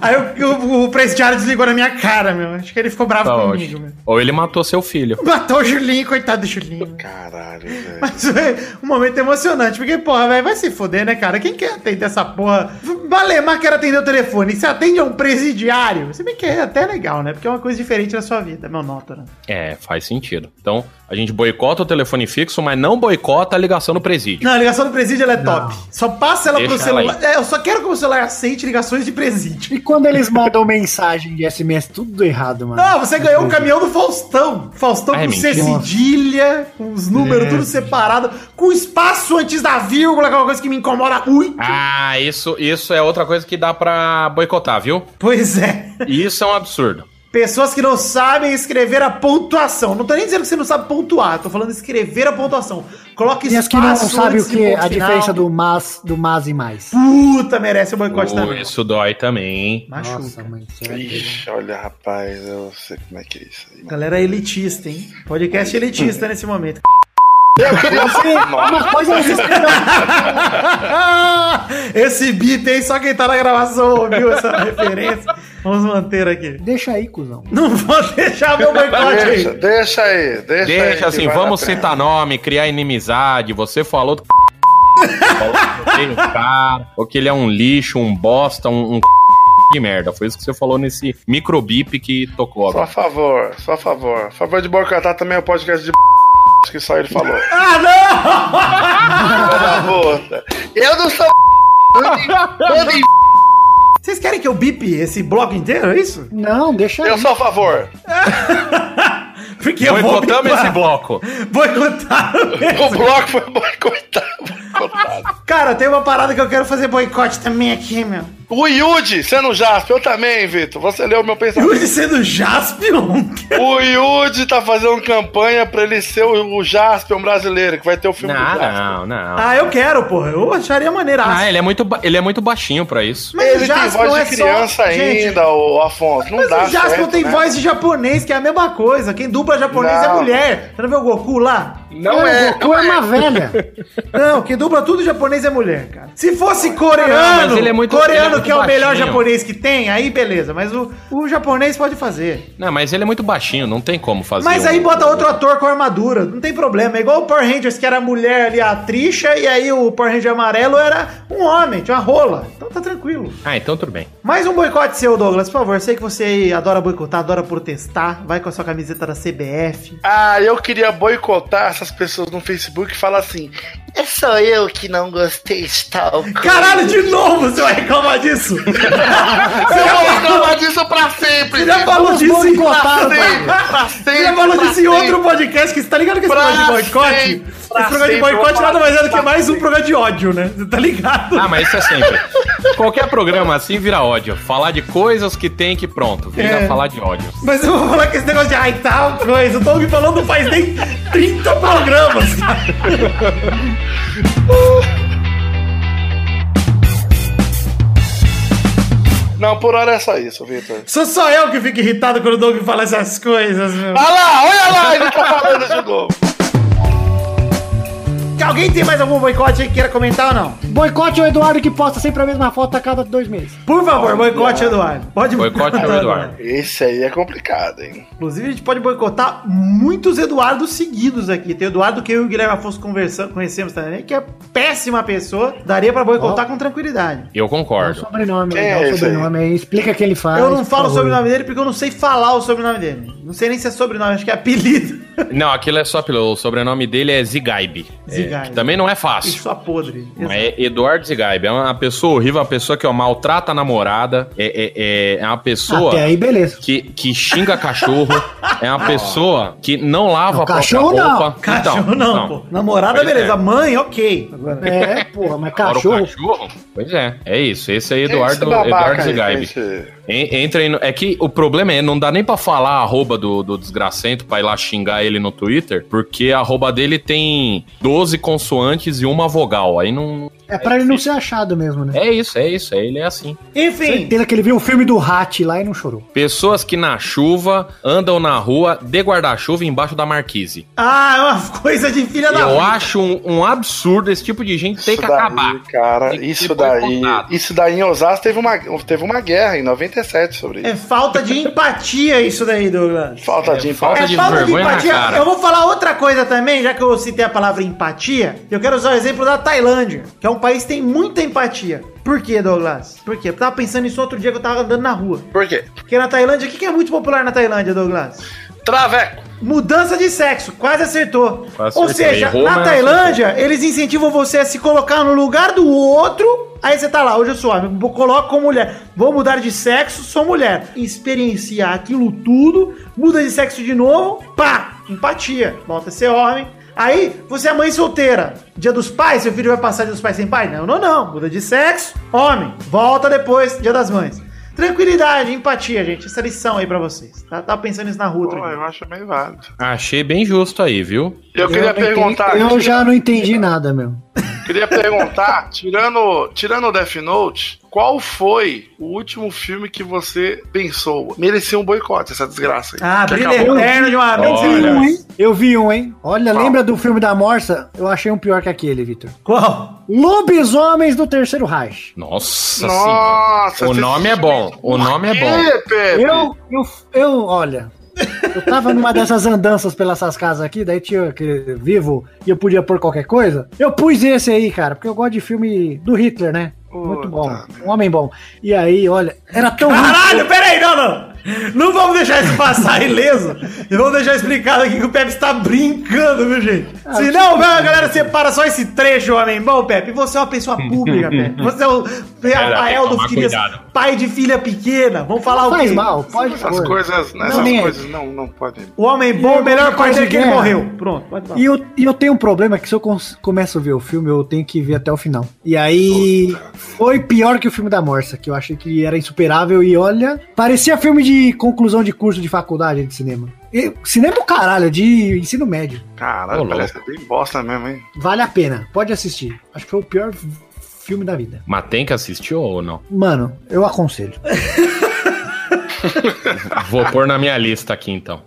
B: aí [laughs] o, o, o presidiário desligou na minha cara, meu. Acho que ele ficou bravo
D: Tá
B: comigo,
D: ótimo.
B: meu.
D: Ou ele matou seu filho.
B: Matou o Julinho, coitado do Julinho.
C: Caralho, velho.
B: Mas é um momento emocionante, porque, porra, velho, vai se foder, né, cara? Quem quer atender essa porra? Valemar quer atender o telefone. Você atende a um presidiário. Se bem que é até legal, né? Porque é uma coisa diferente da sua vida, meu nota, né?
D: É, faz sentido. Então, a gente boicota o telefone fixo, mas não boicota a ligação no presídio.
B: Não, a ligação do presídio ela é top. Só passa ela
D: Deixa
B: pro celular.
D: ela
B: É, eu só quero que o meu celular aceite ligações de presídio.
E: E quando eles mandam [laughs] mensagem de SMS, tudo errado, mano.
B: Ah, você ganhou um caminhão do Faustão. Faustão
D: Ah, é
B: com C
D: mentira?
B: cedilha, com os números tudo separado, com espaço antes da vírgula, que é uma coisa que me incomoda muito.
D: Ah, isso, isso é outra coisa que dá pra boicotar, viu?
B: Pois é.
D: Isso é um absurdo.
B: Pessoas que não sabem escrever a pontuação. Não tô nem dizendo que você não sabe pontuar, tô falando escrever a pontuação. Coloque
E: E as que não sabem o
B: antes de
E: que é
B: ponto
E: a
B: final.
E: diferença do mas, do mas e mais.
B: Puta, merece o boicote
D: Oh,
B: também.
D: isso dói também, hein?
B: Machuca.
E: mãe. será que-
C: Ixi, olha, rapaz, eu não sei como é que é isso aí.
B: Galera elitista, hein? Podcast elitista
E: [laughs]
B: nesse momento.
C: Nossa,
E: Mas é isso,
B: [laughs] Esse beat aí, só quem tá na gravação ouviu essa [laughs] referência. Vamos manter aqui.
E: Deixa aí, cuzão.
B: Não vou deixar meu boicote
C: deixa,
B: aí.
C: deixa aí, deixa, aí. que
D: Deixa assim,
C: vale
D: vamos
C: a pena.
D: citar nome, criar inimizade. Você falou do c... falou que eu odeio o cara, ou que ele é um lixo, um bosta, um, um c... de merda. Foi isso que você falou nesse microbip que tocou
C: Só a
D: agora.
C: favor, só a favor. A favor de boicotar também é o podcast de [laughs] b****, que só ele [laughs] falou.
B: Ah, não! [laughs]
C: Filha da puta. Eu não sou [laughs] b****,
B: Vocês querem que eu bipe esse bloco inteiro, é isso?
E: Não, deixa aí.
C: eu sou a favor.
B: Porque eu vou
D: Boicotamos esse
B: bipar.
D: bloco.
B: Boicotaram
C: O
B: mesmo.
C: bloco foi boicotado. boicotado.
B: Cara, tem uma parada que eu quero fazer boicote também aqui, meu.
C: O Yudi, sendo Jasper, eu também, Vitor. Você leu o meu pensamento.
B: Yuri sendo Jaspion?
C: O Yudi tá fazendo campanha pra ele ser o, o Jasper brasileiro, que vai ter o filme do Jasper.
D: Não, não, não.
B: Ah, eu quero, porra. Eu acharia maneira.
D: Ah, ele é muito, ba- ele é muito baixinho pra isso.
B: Mas é
C: ele tem voz de criança
B: Gente,
C: ainda, o Afonso. Não
B: Mas
C: dá
B: o Jasper
C: certo,
B: tem
C: né?
B: voz de japonês, que é a mesma coisa. Quem dubla japonês é
C: Não.
B: mulher. Você não vê o Goku lá?
C: Não é.
E: O Goku é uma velha.
B: Não, quem dubla tudo japonês é mulher, cara. Se fosse coreano,
D: Não, mas ele é muito-
B: coreano
D: ele é muito
B: que é o melhor
D: baixinho.
B: japonês que tem, aí beleza. Mas o, o japonês pode fazer.
D: Não, mas ele é muito baixinho, não tem como fazer.
B: Mas
D: um-
B: aí bota outro ator com armadura, não tem problema. É igual o Power Rangers, que era mulher ali, a Trisha, e aí o Power Ranger amarelo era um homem, tinha uma rola. Então tá tranquilo.
D: Ah, então tudo bem.
B: Mais um boicote seu, Douglas, por favor. Sei que você adora boicotar, adora protestar. Vai com a sua camiseta da CBF.
C: Ah, eu queria boicotar essas pessoas no Facebook e falar assim: é só eu que não gostei de tal. coisa."
B: Caralho, de novo você vai
C: [laughs]
B: reclamar disso?
C: Eu vou reclamar disso pra sempre!
B: Você já
C: gente.
B: falou
E: Vamos
B: disso em
E: boicotar,
B: outro-
C: velho. Pra sempre,
B: Você já falou
C: pra
B: disso em outro
C: sempre.
B: podcast, que você tá ligado que esse
C: Pra
B: programa de boicote?
C: sempre,
B: Esse
C: pra
B: programa de
C: sempre, eu
B: boicote
C: vou
B: nada mais é do que
C: falar
B: mais um
C: sempre.
B: programa de ódio, né? Você tá ligado?
D: Ah, mas isso é sempre. Qualquer programa assim vira ódio. Falar de coisas que tem que pronto. Vira
B: É.
D: falar de ódio.
B: Mas eu vou falar que esse negócio de ai tal coisa, eu tô me falando faz nem 30 programas, cara.
C: Não, por hora é só isso, Vitor.
B: Sou só eu que fico irritado quando o Doug fala essas coisas, meu.
C: Olha lá, olha lá, ele [laughs] tá falando de novo.
B: Alguém tem mais algum boicote aí que queira comentar ou não?
E: Boicote o Eduardo que posta sempre a mesma foto a cada dois meses.
B: Por favor, boicote Eduardo. Pode
D: Boicote ao
B: boicotar,
D: Eduardo.
C: Esse aí é complicado, hein?
B: Inclusive, a gente pode boicotar muitos Eduardos seguidos aqui. Tem Eduardo que eu e o Guilherme Afonso conversamos, conhecemos também, que é péssima pessoa. Daria pra boicotar com tranquilidade.
D: Eu
E: Dá o
D: concordo.
E: sobrenome,
C: Quem
E: dá
C: é
E: o
C: esse
E: sobrenome aí. Explica o que ele faz.
B: eu não falo
E: por
B: o
E: favor.
B: sobrenome dele porque eu não sei falar o sobrenome dele. Não sei nem se é sobrenome, acho que é apelido.
D: Não, aquilo é só apelido. O sobrenome dele é Zigaib.
B: Zigaib.
D: É, que também não é fácil.
B: Isso é podre.
D: É Eduardo Zigaib. É uma pessoa horrível, uma pessoa que ó, maltrata a namorada. É, é, é, é uma pessoa
E: Ah, Até aí, beleza.
D: que, que xinga cachorro. é uma pessoa que não lava
E: Não,
D: a própria
E: cachorro não.
D: roupa.
B: Cachorro
D: Então,
B: não, pô. Namorada,
D: Pois
B: beleza.
D: é.
B: Mãe, ok.
E: É, porra, mas
D: Agora o
E: cachorro.
D: cachorro? Pois é, é isso. Esse aí é
C: Quem é
D: Eduardo,
C: esse babaca
D: Eduardo
C: aí,
D: Zigaib.
C: gente?
D: En- Entra aí no- É que o problema é, não dá nem pra falar a arroba do, do desgracento pra ir lá xingar ele no Twitter, porque a arroba dele tem 12 consoantes e uma vogal. Aí não.
E: É pra ele não ser achado mesmo, né?
D: É isso, é isso. Ele é assim.
B: Enfim.
E: Certeza que ele viu o filme do Hat lá e não chorou.
D: Pessoas que na chuva andam na rua de guarda-chuva embaixo da marquise.
B: Ah, é uma [laughs] coisa de filha da
D: Eu
B: mãe.
D: acho um, um absurdo esse tipo de gente ter
C: Isso
D: que
C: daí,
D: acabar. tipo
C: cara,
D: Tem que
C: isso
D: ser
C: daí.
D: boicotado.
C: Isso daí em Osasco teve uma, teve uma guerra em 97 sobre isso.
B: É falta de empatia isso daí, Douglas.
C: Falta de
D: falta
C: empate.
D: de
B: É falta de
D: vergonha na
B: empatia.
D: cara.
B: Eu vou falar outra coisa também, já que eu citei a palavra empatia. Eu quero usar o exemplo da Tailândia, que é um país que tem muita empatia. Por quê, Douglas? Por quê? Eu tava pensando nisso outro dia que eu tava andando na rua.
C: Por quê?
B: Porque na Tailândia, o que, que é muito popular na Tailândia, Douglas?
C: Traveco.
B: Mudança de sexo, quase acertou.
D: Quase
B: Ou
D: acertou.
B: seja,
D: Errou,
B: na
D: mas
B: Tailândia, eles incentivam você a se colocar no lugar do outro. Aí você tá lá, hoje eu sou homem, me coloco como mulher. Vou mudar de sexo, sou mulher. Experienciar aquilo tudo, muda de sexo de novo, pá, empatia. Volta a ser homem. Aí, você é mãe solteira. Dia dos pais, seu filho vai passar dia dos pais sem pai? Não, não, não. Muda de sexo, homem. Volta depois, dia das mães. Tranquilidade, empatia, gente. Essa lição aí pra vocês. Tá, tava pensando isso na rua.
C: Pô,
B: tranquilo.
C: eu acho bem válido.
D: Achei bem justo aí, viu?
C: Eu, queria
E: não entendi-
C: perguntar.
E: eu já não entendi nada, meu.
C: Queria perguntar, tirando, tirando o Death Note, qual foi o último filme que você pensou? Merecia um boicote essa desgraça aí.
B: Ah,
C: Que
B: brilho
C: acabou.
B: eterno de uma
E: Eu vi
D: Olha.
E: um, hein? Eu vi um, hein? Olha,
C: Qual?
E: lembra do filme da Morsa? Eu achei um pior que aquele, Vitor.
B: Qual?
E: Lobisomens do Terceiro Reich.
D: Nossa, senhora.
C: Nossa,
D: O
C: você
D: nome é
C: assistiu
D: bom.
C: isso?
D: O nome é bom.
C: Que, Pepe?
E: Eu, eu, eu, olha. Eu tava numa dessas andanças pelas essas casas aqui, daí tinha aquele vivo e eu podia pôr qualquer coisa. Eu pus esse aí, cara, porque eu gosto de filme do Hitler, né? Muito
C: Puta
E: bom. Um homem bom. E aí, olha, era tão ruim.
B: Caralho, peraí, não, não. Não vamos deixar isso passar [laughs] ileso. E vamos deixar explicado aqui que o Pepe está brincando, viu, gente?
E: Ah,
B: Se não, a galera separa só esse trecho, homem bom, Pepe. Você é uma pessoa
D: [laughs]
B: pública, Pepe. Você é o Rafael
D: tem que
B: do
D: tomar
B: Filhas,
D: cuidado.
B: pai de filha pequena. Vamos falar
E: Não
B: o quê?
E: faz mal, pode
C: Essas
E: pôr.
C: coisas, né?
E: Não,
C: essas
E: nem aí.
C: coisas não, não podem.
B: O homem bom, o melhor
E: E
B: parte dele é que ele
E: guerra.
B: morreu. Pronto, pode falar.
E: E eu, e eu tenho um problema que se eu cons- começo a ver o filme, eu tenho que ver até o final. E aí foi pior que o filme da Morsa, que eu achei que era insuperável e olha, parecia filme de conclusão de curso de faculdade de cinema. E- cinema é o caralho, de ensino médio.
C: Caralho,
D: Ô,
C: parece bem bosta mesmo, hein?
E: Vale a pena, pode assistir. Acho que foi o pior f- filme da vida.
D: Mas tem que assistir ou não?
E: Mano, eu aconselho.
D: Vou pôr na minha lista aqui então.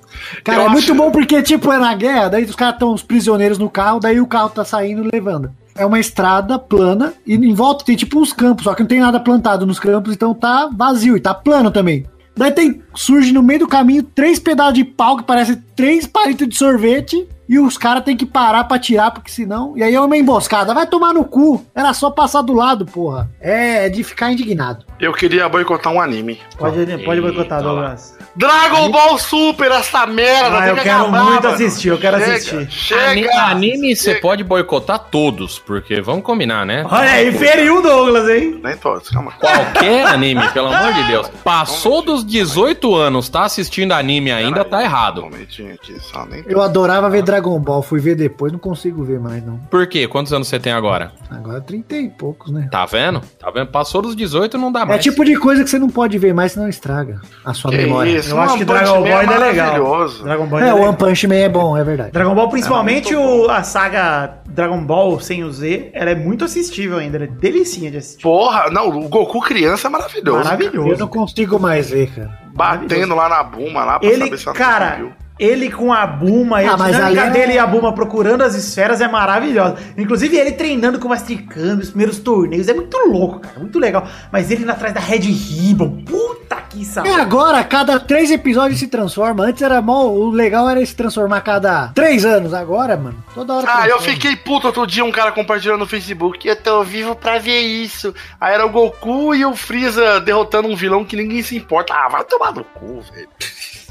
E: Cara,
C: Eu
E: é
C: acho-
E: muito bom porque, tipo, é na guerra, daí os caras estão os prisioneiros no carro, daí o carro tá saindo e levando. É uma estrada plana e em volta tem tipo uns campos, só que não tem nada plantado nos campos, então tá vazio e tá plano também. Daí tem, surge no meio do caminho três pedaços de pau que parecem três palitos de sorvete e os caras têm que parar pra tirar, porque senão. E aí é uma emboscada, vai tomar no cu. Era só passar do lado, porra. É de ficar indignado.
C: Eu queria boicotar um anime.
B: Pode, pode boicotar,
D: Eita,
B: Douglas.
C: Dragon Ball Super, essa merda!
B: Ah,
C: tem
B: eu
C: que
B: quero
C: acabar,
B: muito
C: mano.
B: assistir, eu quero
C: Chega,
B: assistir.
D: Ani-
C: Chega!
D: anime você
C: Chega.
D: pode boicotar todos, porque vamos combinar, né?
B: Olha aí, feriu o Douglas, hein?
C: Nem todos, calma.
D: Qualquer anime, pelo amor de Deus. Passou dos 18 anos, tá assistindo anime ainda, tá
C: Um
D: errado.
C: momentinho aqui, só nem
E: Eu adorava ver Dragon Ball, fui ver depois, não consigo ver mais, não.
D: Por quê? Quantos anos você tem agora?
E: Agora 30 e poucos, né?
D: Tá vendo? Tá vendo? Passou dos 18
C: Ah,
D: não dá
E: É
D: mais.
E: tipo de coisa que você não pode ver mais, senão estraga a sua memória.
B: Eu acho
C: One
B: que
C: Punch
B: Dragon
C: Man
B: Ball ainda é legal.
C: um maravilhoso.
B: Dragon Ball ainda
E: É, o
B: legal.
E: One Punch Man é bom, é verdade.
B: Dragon Ball, principalmente
C: Ah,
B: o, a saga Dragon Ball sem o Z, ela é muito assistível ainda, ela é delicinha de assistir.
C: Porra, não, o Goku criança é maravilhoso.
E: Eu
B: Maravilhoso.
E: não consigo mais ver, cara.
C: cara. Batendo lá na Buma, lá pra
B: Ele,
C: saber se ela
B: cara,
C: conseguiu.
B: ele com a Buma e
E: Ah,
B: a
E: mas
B: dinâmica
E: ali é-
B: dele e a Buma procurando as esferas é maravilhosa. Inclusive ele treinando com o Master Kami, os primeiros torneios, é muito louco, cara, muito legal. Mas ele indo atrás da Red Ribbon, puta que
E: E
B: saco.
E: agora, cada três episódios se transforma. Antes era mal, o legal era se transformar a cada três anos. Agora, mano, toda hora.
C: Ah, eu
B: é?
E: transforma.
C: fiquei puto outro dia, um cara compartilhando no Facebook. Eu tô vivo pra ver isso. Aí era o Goku e o Freeza derrotando um vilão que ninguém se importa. Ah, vai tomar no cu, velho.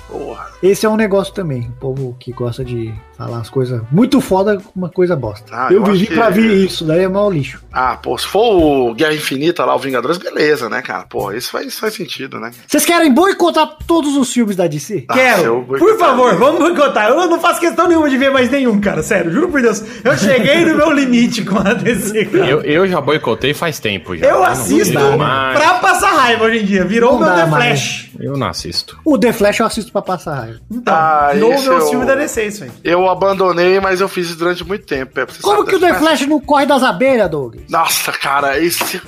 C: Porra.
E: Esse é um negócio também. O povo que gosta de falar as coisas muito foda com uma coisa bosta.
C: Ah,
E: eu,
C: eu
E: vivi
C: acho que-
E: pra ver isso, daí é mau lixo.
C: Ah, pô, se for o Guerra Infinita lá, o Vingadores, beleza, né, cara? Porra, isso faz, isso faz sentido, né?
E: Vocês querem boicotar todos os filmes da DC?
C: Ah, eu
B: Quero, por
C: boicotaria.
B: favor, vamos boicotar. Eu não faço questão nenhuma de ver mais nenhum, cara, sério, juro por Deus. Eu cheguei no meu limite com a DC, cara.
D: Eu, eu já boicotei faz tempo já.
B: Eu
D: não
B: assisto
D: ligo mais.
B: pra passar raiva hoje em dia. Virou o
E: Não
B: meu
E: dá
B: The
E: mais.
B: Flash.
D: Eu não assisto.
E: O The Flash eu assisto pra passar raiva.
B: Então,
C: Ah,
B: virou o
C: esse
B: meu
C: eu-
B: filme da DC, isso aí.
C: Eu abandonei, mas eu fiz isso durante muito tempo. Pepe. Você
E: Como
C: sabe
E: que o
C: dessa-
E: The Flash não corre das abelhas, Doug?
C: Nossa, cara, esse.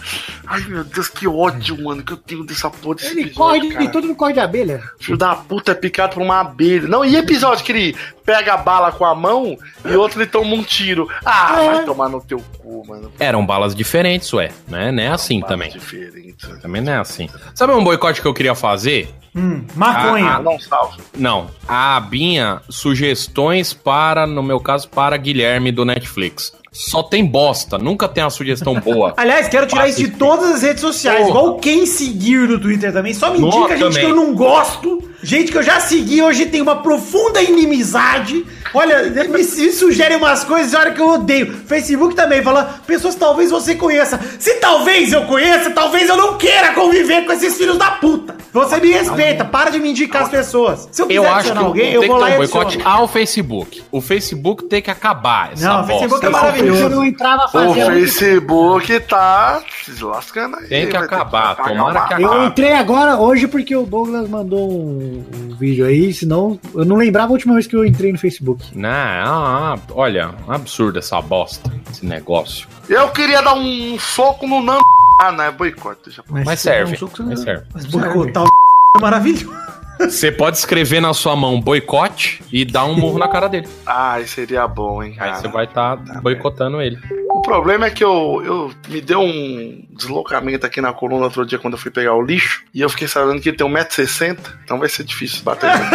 C: Ai, meu Deus, que ódio, mano, que eu tenho dessa porra desse
E: Ele corre
C: episódio,
E: de
C: cara.
E: tudo, não corre de abelha.
C: Filho da puta é picado por uma abelha. Não, e episódio que ele pega a bala com a mão e outro ele toma um tiro. Ah,
E: É.
C: vai tomar no teu cu, mano.
D: Eram balas diferentes, ué. Né? Não é assim
C: Bala
D: também.
C: Diferente.
D: Também não é assim. Sabe um boicote que eu queria fazer?
B: Hum, maconha.
C: Ah, não salvo.
D: Não. A Abinha, sugestões para, no meu caso, para Guilherme do Netflix. Só tem bosta, nunca tem uma sugestão
B: [laughs]
D: boa.
B: Aliás, quero tirar isso de
D: Assiste.
B: todas as redes sociais,
D: Porra.
B: igual quem seguir no Twitter também. Só me
D: Nossa,
B: indica gente
D: também.
B: que eu não gosto. Gente que eu já segui, hoje tem uma profunda inimizade. Olha, me, me sugerem umas coisas, olha que eu odeio. Facebook também fala, pessoas talvez você conheça. Se talvez eu conheça, talvez eu não queira conviver com esses filhos da puta. Você me respeita, para de me indicar as pessoas. Se eu quiser
D: Eu acho que
B: adicionar alguém,
D: tem
B: eu
D: que
B: vou lá
D: ter um
B: e
D: boicote
B: adiciono.
D: ao Facebook. O Facebook tem que acabar essa
B: Não, o
D: bosta.
B: Facebook é
E: Eu
B: maravilhoso.
E: não entrava
C: O
E: fazendo.
C: Facebook tá se lascando aí.
D: Tem que
C: vai ter
D: acabar,
C: pagar
D: tomara
B: é
C: uma-
D: que acabe.
E: Eu entrei agora hoje porque o Douglas mandou um, um vídeo aí, senão eu não lembrava a última vez que eu entrei no Facebook.
D: Não, ah, ah, olha, um absurdo essa bosta, esse negócio.
C: Eu queria dar um soco no Nan. Ah, não, é boicote. Deixa pra lá.
D: Mas
E: você dá
D: serve,
E: um soco, você
D: mas
E: não-
D: serve.
B: Mas boicotar o [laughs] é maravilhoso.
D: Você pode escrever na sua mão boicote e dar um murro na cara dele.
C: Ai, Ah, seria bom, hein,
D: Aí
C: cara.
D: você vai estar
C: tá
D: boicotando ele.
C: O problema é que eu, eu me deu um deslocamento aqui na coluna outro dia quando eu fui pegar o lixo. E eu fiquei sabendo que ele tem 1,60m, então vai ser difícil
D: [laughs]
C: bater nele.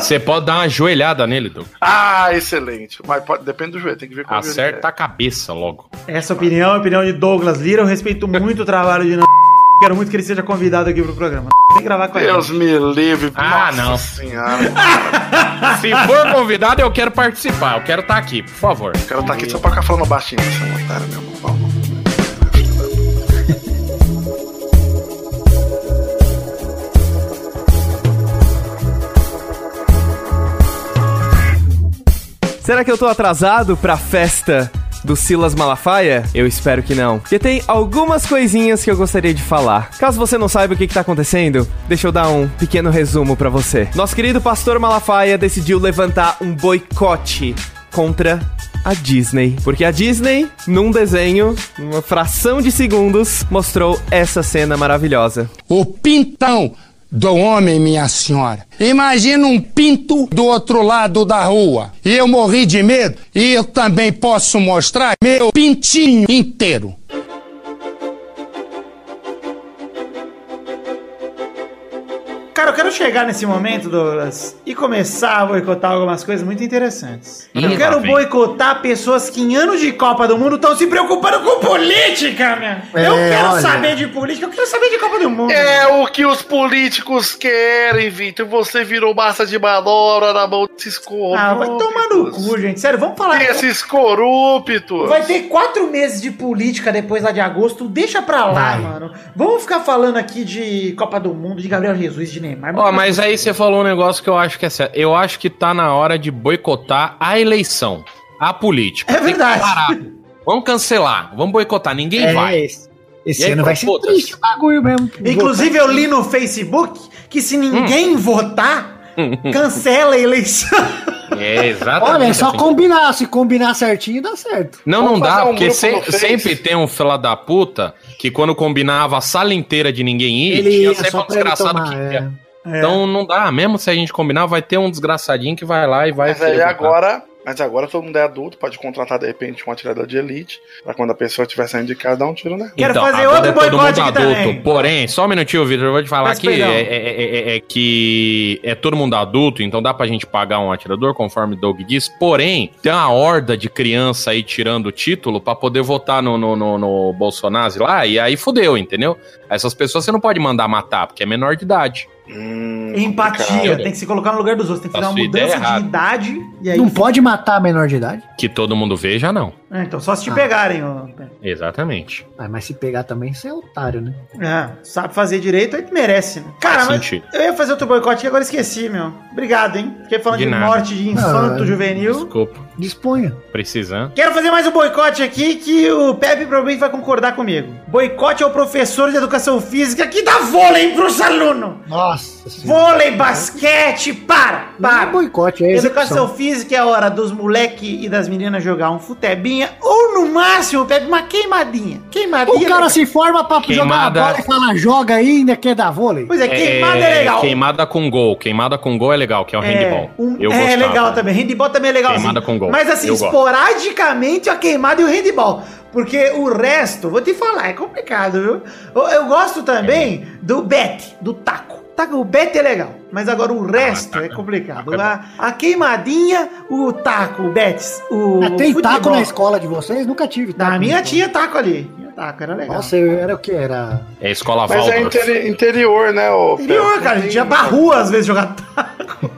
D: Você pode dar uma joelhada nele, Doug.
C: ah, excelente. Mas pode- depende do joelho, tem que ver como o joelho
D: Acerta a cabeça logo.
B: Essa opinião é a opinião de Douglas Lira. Eu respeito muito o trabalho de Nan. Quero muito que ele seja convidado aqui pro programa. Tem que gravar com
C: que é.
B: ele.
C: Deus me livre.
D: Ah, não.
C: senhora.
D: Se for convidado, eu quero participar. Eu quero estar aqui, por favor.
C: O cara tá aqui só pra ficar falando baixinho. Essa otária, meu irmão.
H: Será que eu tô atrasado pra festa do Silas Malafaia? Eu espero que não. Porque tem algumas coisinhas que eu gostaria de falar. Caso você não saiba o que, que tá acontecendo, deixa eu dar um pequeno resumo pra você. Nosso querido pastor Malafaia decidiu levantar um boicote contra a Disney. Porque a Disney, num desenho, numa fração de segundos, mostrou essa cena maravilhosa.
G: O pintão do homem, minha senhora. Imagina um pinto do outro lado da rua. E eu morri de medo. E eu também posso mostrar meu pintinho inteiro.
B: Cara, eu quero chegar nesse momento, Douglas, e começar a boicotar algumas coisas muito interessantes.
D: Ih,
B: eu
D: lá
B: quero
D: vem.
B: boicotar pessoas que em anos de Copa do Mundo estão se preocupando com política, né? eu
E: É,
B: quero
E: olha.
B: saber de política, eu quero saber de Copa do
D: Hum.
B: Mundo.
C: É o que os políticos querem, Vitor. Você virou massa de manobra na mão desses corruptos.
B: Ah, vai tomar no cu, gente. Sério, vamos falar.
C: Esses corruptos.
B: Vai ter quatro meses de política depois lá de agosto. Deixa pra lá, mano. Vamos ficar falando aqui de Copa do Mundo, de Gabriel Jesus, de Neymar.
D: Ó, mas aí você falou um negócio que eu acho que é sério. Eu acho que tá na hora de boicotar a eleição, a política.
B: É verdade.
D: Parar. Vamos cancelar, vamos boicotar, ninguém
E: É,
D: vai.
E: Esse, esse
D: E aí,
E: ano vai ser
D: foda-se.
E: triste o bagulho mesmo.
B: Inclusive, eu li no Facebook que se
D: Hum.
B: ninguém
D: [laughs]
B: votar, cancela a eleição.
D: É, exatamente.
E: Olha, é só
D: assim.
E: combinar. Se combinar certinho, dá certo.
D: Não, não
C: Vamos fazer
D: dá,
C: um
D: porque
C: grupo
D: se-
C: no Face.
D: sempre tem um fila da puta que quando combinava a sala inteira de ninguém ir,
E: Ele
D: tinha
E: ia
D: sempre
E: só
D: um
E: pra ele
D: desgraçado
E: tomar.
D: que
E: é.
D: ia. Então não dá, mesmo se a gente combinar, vai ter um desgraçadinho que vai lá e vai.
C: Mas aí
D: votar.
C: É agora. Mas agora todo mundo é adulto, pode contratar de repente um atirador de elite, pra quando a pessoa estiver saindo de casa, dar um tiro nela.
B: Quero fazer
D: agora
B: outro
D: é todo
B: boicote
D: mundo
B: aqui também.
D: Porém, só um minutinho, Vitor, eu vou te falar
B: Peço
D: que
B: perdão.
D: é, é- é- é- é que é todo mundo adulto, então dá pra gente pagar um atirador, conforme Doug diz. Porém, tem uma horda de criança aí tirando o título pra poder votar no, no, no- no Bolsonaro lá, e aí fudeu, entendeu? Essas pessoas você não pode mandar matar, porque é menor de idade.
C: Hum,
B: É, Empatia,
D: Cara.
B: tem que se colocar no lugar dos outros, tem que
D: A
B: dar uma
D: sua ideia
B: mudança
D: é
B: de
D: errada.
B: idade. E
D: é.
B: aí,
E: é. Não pode matar a menor de idade.
D: Que todo mundo veja, não.
B: É, então, só se te
E: Ah.
B: pegarem. ó.
D: Exatamente.
E: Ah, mas se pegar também, você é otário, né?
B: É, sabe fazer direito, aí tu merece, né? Cara,
D: Faz
B: mas
D: sentido.
B: eu ia fazer outro boicote e agora esqueci, meu. Obrigado, hein? Fiquei falando de,
D: De nada.
B: morte de infanto
E: Ah,
B: juvenil.
D: Desculpa.
E: Disponha.
D: Precisando.
B: Quero fazer mais um boicote aqui que o Pepe provavelmente vai concordar comigo. Boicote ao professor de educação física que dá vôlei pros alunos.
E: Nossa senhora.
B: Vôlei, basquete, para,
E: Não é
B: para.
E: boicote, é
B: Educação
E: execução.
B: física é a hora dos moleque e das meninas jogar um futebinha ou no máximo pega uma queimadinha. Queimadinha.
E: O cara se forma pra jogar a
D: Queimada.
E: bola e fala, joga aí, ainda quer dar vôlei.
B: Pois é, queimada é, legal.
D: Queimada com gol. Queimada com gol é legal, que é o handball.
B: um-
D: eu
B: é
D: gostava.
B: legal também. Handball também é legal.
D: Queimada
B: sim.
D: com gol.
B: Mas assim,
D: Eu gosto.
B: esporadicamente a queimada e o handball. Porque o resto, vou te falar, é complicado, viu? Eu, eu gosto também
D: É.
B: do bet, do taco. Taco, o bet é legal. Mas agora o resto
D: taco
B: é
D: é-
B: complicado.
D: taco é bom.
B: A, a queimadinha, o taco, o bet. O,
E: Ah, Tem
B: o
E: taco
B: futebol.
E: na escola de vocês? Nunca tive. taco
B: é, Na minha
E: escola.
B: tinha taco ali. espetáculo, era legal.
E: Nossa, eu era o que? Era.
D: É escola
C: Mas é
D: Waldorf.
C: interi- interior, né, ô
B: Interior,
E: é,
C: Pedro?
B: cara, a gente ia pra rua às vezes jogar taco.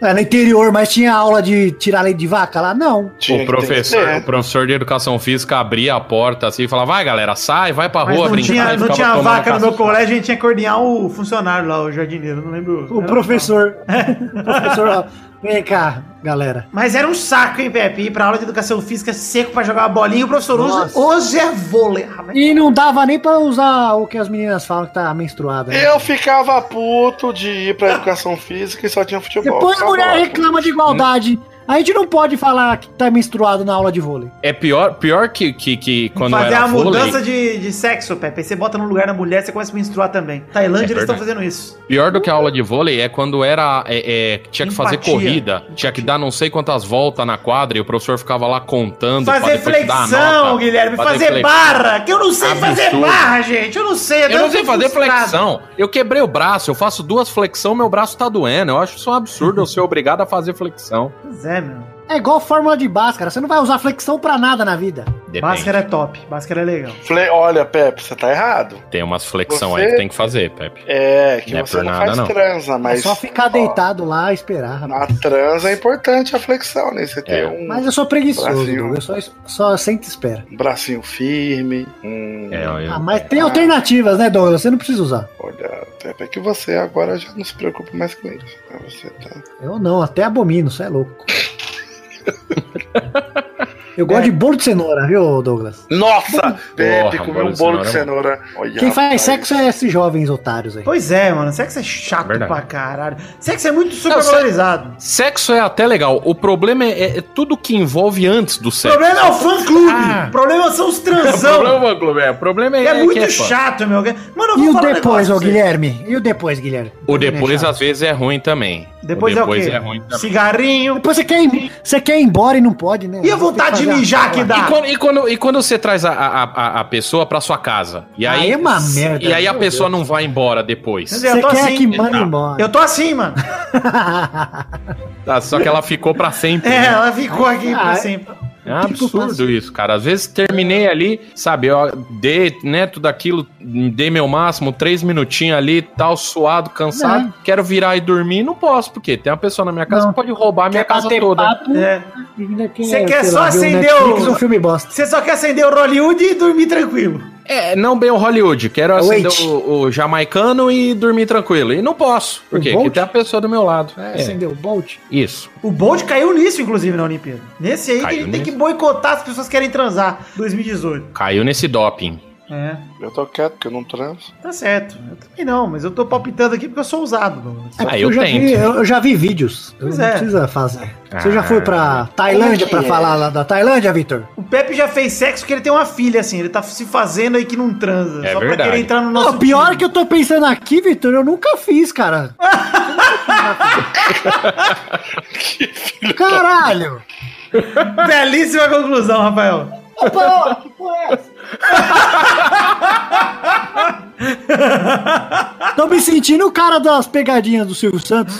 E: Era no interior, mas tinha aula de tirar leite de vaca lá? Não.
C: Tinha
D: o
C: que
D: professor,
C: ter. É.
D: o professor de educação física abria a porta assim e falava: vai galera, sai, vai pra
B: Mas
D: rua
B: não
D: brincar.
B: tinha,
D: e
B: não
D: ficava
B: tinha
D: tomando
B: vaca no meu
D: caça-
B: colégio, a gente tinha que ordenhar o funcionário lá, o jardineiro, não lembro.
E: O
B: Era-
E: professor. o professor, ó, vem cá, galera.
B: [laughs] Mas era um saco, hein, Pepe? Ir pra aula de educação física seco pra jogar uma bolinha. O professor hoje,
E: Nossa.
B: hoje é vôlei. Ah, mas-
E: E não dava nem pra usar o que as meninas falam que tá menstruada. né?
C: Eu ficava puto de ir pra educação física e só tinha futebol.
B: tá
E: Depois a
C: Ficava
E: mulher
C: puto.
E: reclama de igualdade. A gente não pode falar que tá menstruado na aula de vôlei.
D: É pior, pior que, que, que quando
B: Fazer
D: era
B: a
D: vôlei.
B: mudança de, de sexo, Pepe. Aí Você bota no lugar da mulher, você começa a menstruar também. Tailândia,
D: É
B: eles estão
D: verdade.
B: fazendo isso.
D: Pior do que a aula de vôlei é quando era. é, é, tinha que fazer
B: Empatia.
D: corrida. Tinha que dar não sei quantas voltas na quadra e o professor ficava lá contando. pra
B: Fazer
D: depois te dar a
B: flexão,
D: nota.
B: Guilherme.
D: Fazer
B: Fazer
D: flex-
B: barra. Que eu não sei fazer
D: Absurdo.
B: barra, gente. Eu não sei.
D: Eu não sei
B: tô
D: fazer
B: frustrado.
D: flexão. Eu quebrei o braço, eu faço duas flexão, meu braço tá doendo. Eu acho isso um absurdo eu ser obrigado a fazer flexão.
B: Pois é, meu.
E: É igual fórmula de Bhaskara. Você não vai usar flexão pra nada na vida.
D: Depende.
B: Báscara é top. Báscara é legal.
C: Falei, olha, Pepe, você tá errado.
D: Tem umas flexão
C: Você-
D: aí que tem que fazer, Pepe.
C: É, que
D: Não é
C: você
D: por
C: não
D: nada,
C: faz
D: não.
C: transa,
E: É
C: mas.
E: só ficar deitado lá e esperar.
C: ó,
E: rapaz.
C: Na transa é importante a flexão, né? Você
D: É.
C: ter um
E: Mas eu sou preguiçoso,
C: Brasil.
E: Doug. eu só, só sento e espera.
C: bracinho firme, um.
D: É, eu-
E: Ah, mas tem alternativas, né, Douglas? Você não precisa usar.
C: Olha, Pepe, é que você agora já não se preocupa mais com isso. né? Você tá.
E: Eu não, até abomino, você é
B: [laughs]
E: louco. Eu
B: É.
E: gosto de bolo de cenoura, viu, Douglas?
C: Nossa! Pepe
D: Porra,
C: comeu
D: bolo
C: um
D: de
C: bolo de
D: cenoura
C: cenoura. Olha,
E: Quem faz
C: rapaz.
E: sexo é esses jovens otários aí.
B: Pois é, mano. Sexo é chato
D: Verdade.
B: pra caralho. Sexo é muito super
D: Não, se-
B: valorizado.
D: Sexo é até legal. O problema é, é- é tudo que envolve antes do
B: O
D: sexo.
B: problema é o fã-clube.
D: Ah.
B: O problema são os
D: [laughs] O
B: transão.
D: problema, Globo, é, o problema é,
B: É muito
D: que é, pô.
B: chato, meu. Mano, eu
E: E
B: vou
E: o
B: falar
E: depois,
B: um negócio
E: ô
B: pra você.
E: Guilherme? E o depois, Guilherme?
D: O depois
E: Deixar.
D: às vezes é ruim também.
B: Depois, é o quê?
D: ruim também.
B: Cigarrinho.
E: Depois você quer, ir, você quer ir embora e não pode, né?
B: E a vontade de
E: Tem que fazer
B: mijar
E: a-
B: que
D: E
B: dá?
D: quando, e, quando, e quando você traz a, a, a- a pessoa pra sua casa? E aí,
E: Aí é uma merda,
D: E aí a
B: né?
E: meu
D: pessoa não vai embora depois.
B: Eu
E: Você
B: tô
E: quer
B: assim.
E: que manda
D: Tá.
E: embora.
B: Eu tô
D: [laughs]
B: assim, mano.
E: [laughs]
D: Tá, só que ela ficou
B: [laughs]
D: pra sempre.
B: É,
D: né?
B: ela ficou aqui pra
E: Ah,
B: sempre.
D: É um absurdo isso, cara. Às vezes terminei ali, sabe, eu dei, né, tudo aquilo, dei meu máximo, três minutinhos ali, tal, suado, cansado,
E: Não.
D: quero virar e dormir, não posso, porque tem uma pessoa na minha casa
E: Não.
D: que pode roubar a minha
E: Quer
D: casa
E: bater
D: toda.
E: papo,
B: É.
E: ainda
B: Você quer
E: sei
B: só
E: ver um
B: acender
E: Netflix
B: o-
E: ou um filme bosta.
B: Você só quer acender o Rollywood e dormir tranquilo.
D: É, não bem o Hollywood, quero acender
E: Wait.
D: o, o jamaicano e dormir tranquilo. E não posso, por
E: O
D: quê?
E: Bolt?
D: Porque tem a pessoa do meu lado. É,
E: Acendeu o Bolt.
D: isso.
B: O Bolt caiu nisso, inclusive, na Olimpíada. Nesse aí que
D: Caiu
B: ele tem
D: nisso.
B: que boicotar as pessoas que querem transar. 2018.
D: Caiu nesse doping.
B: É.
C: Eu tô quieto, porque eu não transo.
B: Tá certo. Eu também não, mas eu tô palpitando aqui porque eu sou ousado, mano.
E: É porque
D: eu
E: já
D: tento.
E: vi, eu, eu já vi vídeos. Eu
B: Pois
E: não
B: é.
E: precisa fazer. Você
D: Ah.
E: já foi pra Tailândia pra falar lá da Tailândia, Vitor?
B: O Pepe já fez sexo porque ele tem uma filha, assim. Ele tá se fazendo aí que não transa.
D: É
B: só pra
D: verdade.
B: querer entrar no nosso.
E: Não, pior que eu tô pensando aqui, Vitor, eu nunca fiz, cara. Caralho!
B: Belíssima conclusão, Rafael.
E: Opa, que porra é essa? Tô me sentindo o cara das pegadinhas do Silvio Santos.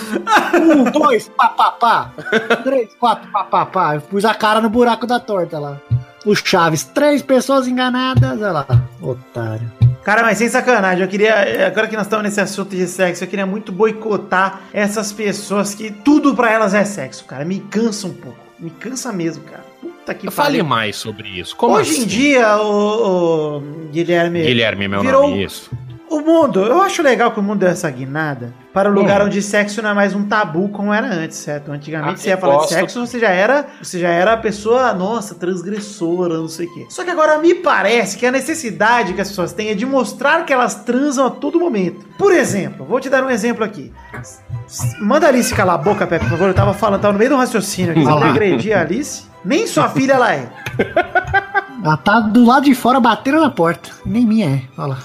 E: Um, dois, pá, pá, pá. Três, quatro, pá, pá, pá. Eu pus a cara no buraco da torta lá. O Chaves, três pessoas enganadas. Olha lá, otário.
B: Cara, mas sem sacanagem, eu queria, eh, agora que nós estamos nesse assunto de sexo, eu queria muito boicotar essas pessoas que tudo pra elas é sexo, cara. Me cansa um pouco. Me cansa mesmo, cara. Puta que
D: Fale
B: pariu.
D: mais sobre isso. Como
B: Hoje
D: assim?
B: em dia, o, Guilherme,
D: Guilherme, é meu
B: virou- um
D: nome, isso.
B: o mundo, eu acho legal que o mundo deu essa guinada para o lugar onde sexo não é mais um tabu como era antes, certo? Antigamente
D: Ah,
B: você ia
D: eu
B: falar
D: gosto.
B: de sexo, você já era, você já era a pessoa, nossa, transgressora, não sei o quê. Só que agora me parece que a necessidade que as pessoas têm é de mostrar que elas transam a todo momento. Por exemplo, vou te dar um exemplo aqui. Manda a Alice calar a boca, Pepe, por favor. Eu tava falando, tava no meio do raciocínio aqui. Você
E: Olha
B: não
E: lá.
B: agredir a Alice? Nem sua filha ela é.
E: Ela tá do lado de fora, bateram na porta. Nem minha é. Olha lá.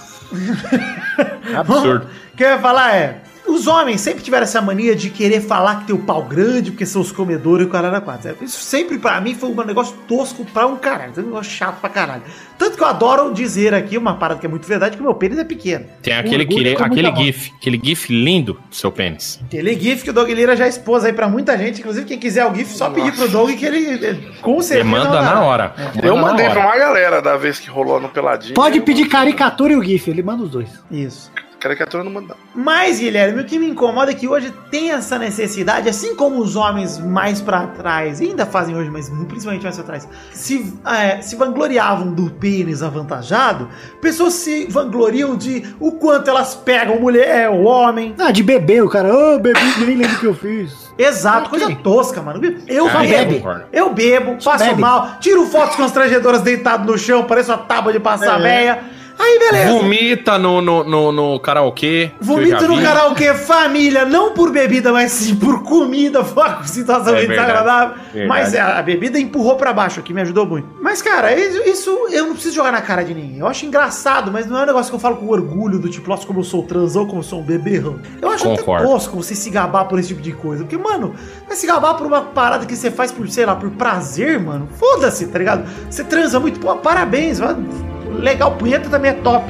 D: Absurdo.
B: [laughs] O que eu ia falar é. O Os homens sempre tiveram essa mania de querer falar que tem o pau grande porque são os comedores e o caralho a quatro. É, Isso sempre pra mim foi um negócio tosco pra um caralho. Um negócio chato pra caralho. Tanto que eu adoro dizer aqui uma parada que é muito verdade, que meu pênis é pequeno.
D: Tem aquele,
B: orgulho
D: que,
B: fica muito
D: aquele
B: bom.
D: gif, aquele gif lindo do seu pênis.
B: Aquele GIF que o Doug Lira já expôs aí pra muita gente. Inclusive, quem quiser o GIF, só pedir pro Doug que ele ele- com certeza.
D: Demanda
B: mandará.
D: na hora.
C: Eu mandei pra
D: pra
C: uma galera da vez que rolou no Peladinho.
E: Pode pedir caricatura e o GIF, ele manda os dois.
B: Isso.
C: Caricatura não manda.
B: Mas, Guilherme, o que me incomoda é que hoje tem essa necessidade, assim como os homens mais pra trás, e ainda fazem hoje, mas principalmente mais pra trás, se, é, se vangloriavam do pênis avantajado, pessoas se vangloriam de o quanto elas pegam mulher, o homem.
E: Ah, de bebê, o cara, ô, bebê, nem lembro o que eu fiz.
B: Exato, coisa tosca, mano. Eu
D: Ah, eu
B: bebo.
D: concordo.
B: Eu bebo, faço
E: bebe.
B: mal, tiro fotos constrangedoras deitado no chão, pareço uma tábua de passar véia. Aí, beleza.
D: Vomita no, no, no, no karaokê. que eu já
B: Vomito no
D: vi.
B: karaokê, família, não por bebida, mas sim por comida, [laughs] foi uma situação
D: É
B: muito
D: verdade,
B: desagradável.
D: verdade.
B: Mas é, a a bebida empurrou pra baixo, o que me ajudou muito. Mas, cara, isso, isso eu não preciso jogar na cara de ninguém. Eu acho engraçado, mas não é um negócio que eu falo com orgulho, do tipo, nossa, como eu sou transão, como eu sou um beberrão. Eu acho
D: Concordo.
B: até tosco você se gabar por esse tipo de coisa. Porque, mano, vai se gabar por uma parada que você faz por, sei lá, por prazer, mano. Foda-se, tá ligado? Você transa muito, pô, parabéns. mano. Legal, punheta também é top.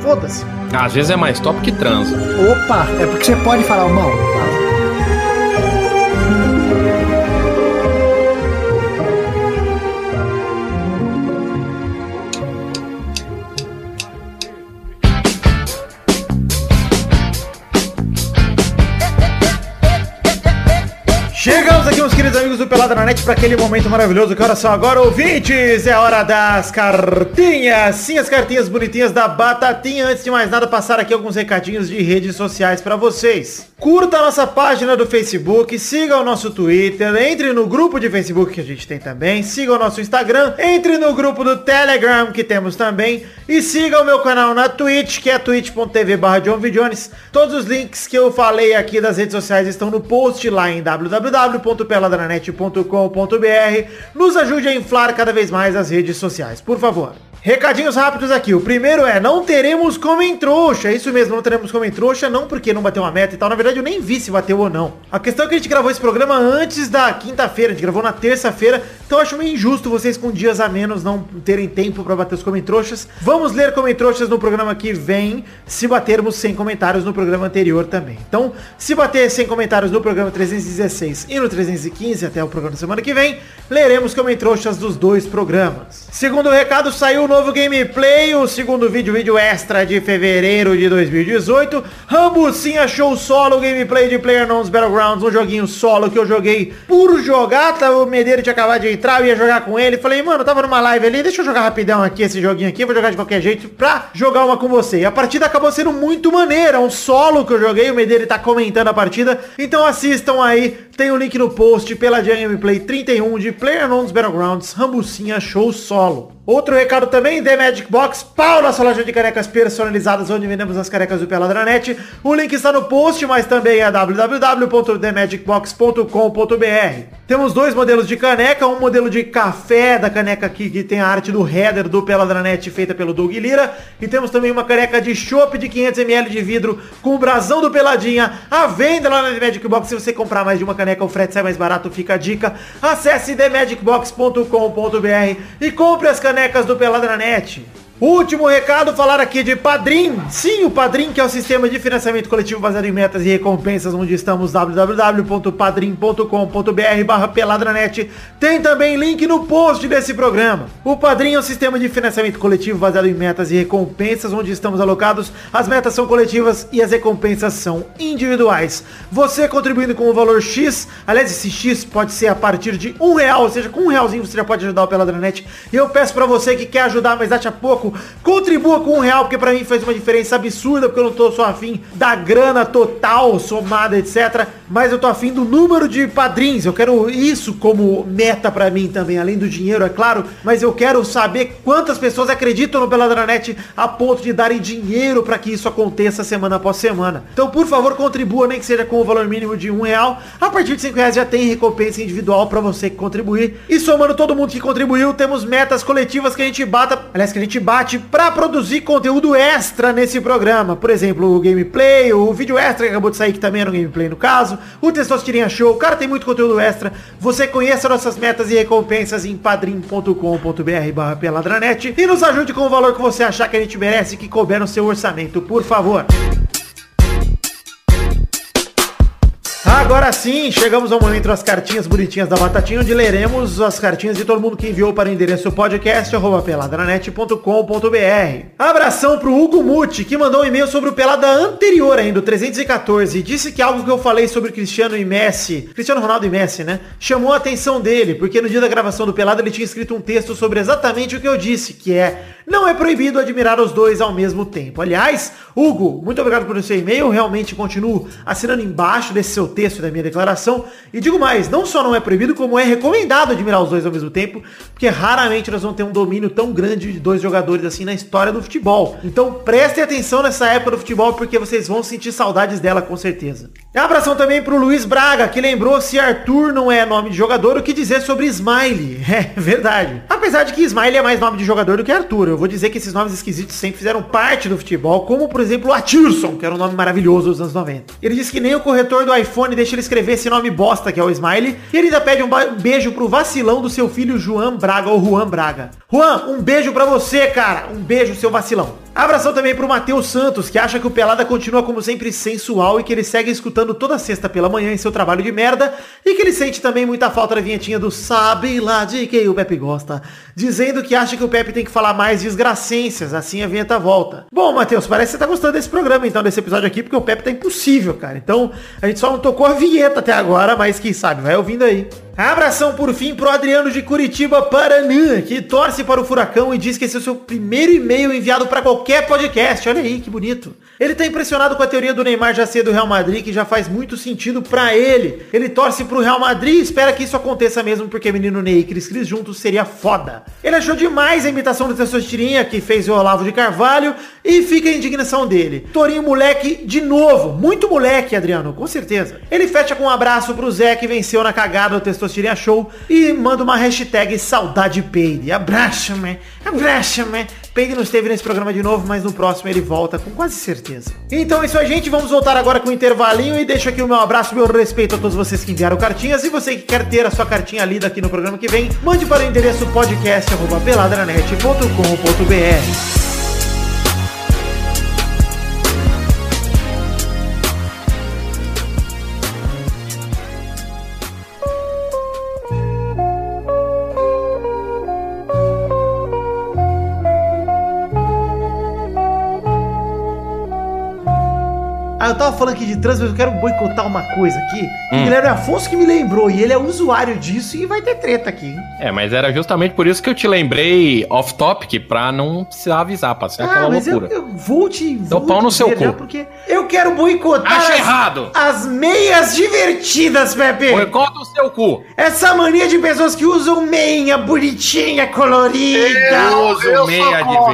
B: Foda-se.
D: Às vezes é mais top que transa.
E: Opa, é porque você pode falar, irmão.
B: Chegamos aqui, meus queridos amigos do Pelada na Net, para aquele momento maravilhoso. Que horas são agora, ouvintes? É hora das cartinhas. Sim, as cartinhas bonitinhas da Batatinha. Antes de mais nada, passar aqui alguns recadinhos de redes sociais para vocês. Curta a nossa página do Facebook, siga o nosso Twitter, entre no grupo de Facebook que a gente tem também, siga o nosso Instagram, entre no grupo do Telegram que temos também e siga o meu canal na Twitch, que é twitch.tv barra John V. Jones. Todos os links que eu falei aqui das redes sociais estão no post lá em www.peladranet.com.br. Nos ajude a inflar cada vez mais as redes sociais, por favor. Recadinhos rápidos aqui. O primeiro é, não teremos como em trouxa. É Isso mesmo, não teremos como em trouxa, não porque não bateu uma meta e tal. Na verdade, eu nem vi se bateu ou não. A questão é que a gente gravou esse programa antes da quinta-feira, a gente gravou na terça-feira, então eu acho meio injusto vocês com dias a menos não terem tempo pra bater os comentroxas. Vamos ler comentroxas no programa que vem, se batermos 100 comentários no programa anterior também. Então, se bater 100 comentários no programa 316 e no 315 até o programa da semana que vem, leremos comentroxas dos dois programas. Segundo recado, saiu o novo gameplay, o segundo vídeo, vídeo extra de fevereiro de 2018. Rambo sim achou solo o gameplay de PlayerUnknown's Battlegrounds, um joguinho solo que eu joguei por jogar, tá, o Medeiro tinha acabado de entrar, eu ia jogar com ele, falei, mano, eu tava numa live ali, deixa eu jogar rapidão aqui esse joguinho aqui, eu vou jogar de qualquer jeito pra jogar uma com você. E a partida acabou sendo muito maneira, um solo que eu joguei, o Medeiro tá comentando a partida, então assistam aí, tem o link no post pela Gameplay 31 de PlayerUnknown's Battlegrounds, Rambucinha Show Solo. Outro recado também, The Magic Box, pau na sua loja de canecas personalizadas, onde vendemos as canecas do Peladranet. O link está no post, mas também é www.themagicbox.com.br. Temos dois modelos de caneca, um modelo de café da caneca aqui, que tem a arte do header do Peladranet, feita pelo Doug Lira. E temos também uma caneca de chopp de 500ml de vidro, com o brasão do Peladinha, à venda lá na The Magic Box. Se você comprar mais de uma caneca, o frete sai mais barato, fica a dica. Acesse themagicbox.com.br e compre as canecas do Peladranet. Último recado, falar aqui de Padrim. Sim, o Padrim, que é o sistema de financiamento coletivo baseado em metas e recompensas, onde estamos, www.padrim.com.br barra peladranet. Tem também link no post desse programa. O Padrim é o sistema de financiamento coletivo baseado em metas e recompensas, onde estamos alocados. As metas são coletivas e as recompensas são individuais. Você contribuindo com o valor X, aliás, esse X pode ser a partir de um real, ou seja, com um realzinho você já pode ajudar o Peladranet. E eu peço pra você que quer ajudar, mas acha pouco, contribua com um real, porque pra mim faz uma diferença absurda, porque eu não tô só afim da grana total, somada, etc. Mas eu tô afim do número de padrinhos. Eu quero isso como meta pra mim também, além do dinheiro, é claro. Mas eu quero saber quantas pessoas acreditam no Peladranet a ponto de darem dinheiro pra que isso aconteça semana após semana. Então, por favor, contribua, nem que seja com o valor mínimo de um real. A partir de cinco reais já tem recompensa individual pra você que contribuir. E somando todo mundo que contribuiu, temos metas coletivas que a gente bata, aliás, que a gente bate debate pra produzir conteúdo extra nesse programa. Por exemplo, o gameplay, o vídeo extra que acabou de sair, que também era um gameplay no caso, o Testosterinha Show, cara, tem muito conteúdo extra. Você conheça nossas metas e recompensas em padrim.com.br barra peladranet e nos ajude com o valor que você achar que a gente merece e que couber no seu orçamento, por favor. Agora sim, chegamos ao momento das cartinhas bonitinhas da Batatinha, onde leremos as cartinhas de todo mundo que enviou para o endereço podcast arroba peladranet.com.br. Abração pro Hugo Muti, que mandou um e-mail sobre o Pelada anterior ainda, o 314, e disse que algo que eu falei sobre Cristiano e Messi, Cristiano Ronaldo e Messi, né, chamou a atenção dele, porque no dia da gravação do Pelada ele tinha escrito um texto sobre exatamente o que eu disse, que é não é proibido admirar os dois ao mesmo tempo. Aliás, Hugo, muito obrigado pelo seu e-mail. Realmente continuo assinando embaixo desse seu texto e da minha declaração. E digo mais, não só não é proibido, como é recomendado admirar os dois ao mesmo tempo, porque raramente nós vamos ter um domínio tão grande de dois jogadores assim na história do futebol. Então prestem atenção nessa época do futebol, porque vocês vão sentir saudades dela com certeza. Abração também pro Luiz Braga, que lembrou se Arthur não é nome de jogador, o que dizer sobre Smiley. [laughs] É verdade. Apesar de que Smiley é mais nome de jogador do que Arthur. Eu vou dizer que esses nomes esquisitos sempre fizeram parte do futebol, como por exemplo o Atirson, que era um nome maravilhoso dos anos 90. Ele diz que nem o corretor do iPhone deixa ele escrever esse nome bosta que é o Smiley, e ele ainda pede um, ba- um beijo pro vacilão do seu filho João Braga ou Juan Braga. Juan, um beijo pra você, cara. Um beijo, seu vacilão. Abração também pro Matheus Santos, que acha que o Pelada continua como sempre sensual e que ele segue escutando toda sexta pela manhã em seu trabalho de merda e que ele sente também muita falta da vinhetinha do Sabe lá de quem o Pepe gosta, dizendo que acha que o Pepe tem que falar mais desgracências, assim a vinheta volta. Bom, Matheus, parece que você tá gostando desse programa então, desse episódio aqui, porque o Pepe tá impossível, cara. Então, a gente só não tocou a vinheta até agora, mas quem sabe, vai ouvindo aí. Abração por fim pro Adriano de Curitiba, Paranã, que torce para o Furacão e diz que esse é o seu primeiro e-mail enviado para qualquer podcast. Olha aí, que bonito. Ele tá impressionado com a teoria do Neymar já ser do Real Madrid, que já faz muito sentido para ele. Ele torce pro Real Madrid e espera que isso aconteça mesmo, porque menino Ney e Cris Cris juntos seria foda. Ele achou demais a imitação do Tessotirinha, que fez o Olavo de Carvalho, e fica a indignação dele. Torinho moleque de novo. Muito moleque, Adriano, com certeza. Ele fecha com um abraço pro Zé, que venceu na cagada do Tessotirinha Testosterinha Show e manda uma hashtag saudade peide. Abraça-me, abraça-me. Peide não esteve nesse programa de novo, mas no próximo ele volta com quase certeza. Então é isso aí, gente. Vamos voltar agora com o intervalinho e deixo aqui o meu abraço, meu respeito a todos vocês que enviaram cartinhas. E você que quer ter a sua cartinha lida aqui no programa que vem, mande para o endereço podcast.peladranet.com.br. Ah, eu tava falando aqui de trans, mas eu quero boicotar uma coisa aqui.
D: Hum.
B: O Guilherme Afonso que me lembrou, e ele é usuário disso e vai ter treta aqui, hein?
D: É, mas era justamente por isso que eu te lembrei off-topic pra não precisar avisar, pra ser É aquela
B: ah, mas eu,
D: loucura.
B: eu vou te.
D: Dá o
B: vou
D: pau
B: te
D: no seu
B: dizer
D: cu.
B: já, Porque eu quero boicotar
D: Acha
B: as,
D: errado!
B: as meias divertidas, Pepe!
D: Boicota o seu cu!
B: Essa mania de pessoas que usam meia bonitinha, colorida.
D: Eu uso meia
C: Eu sou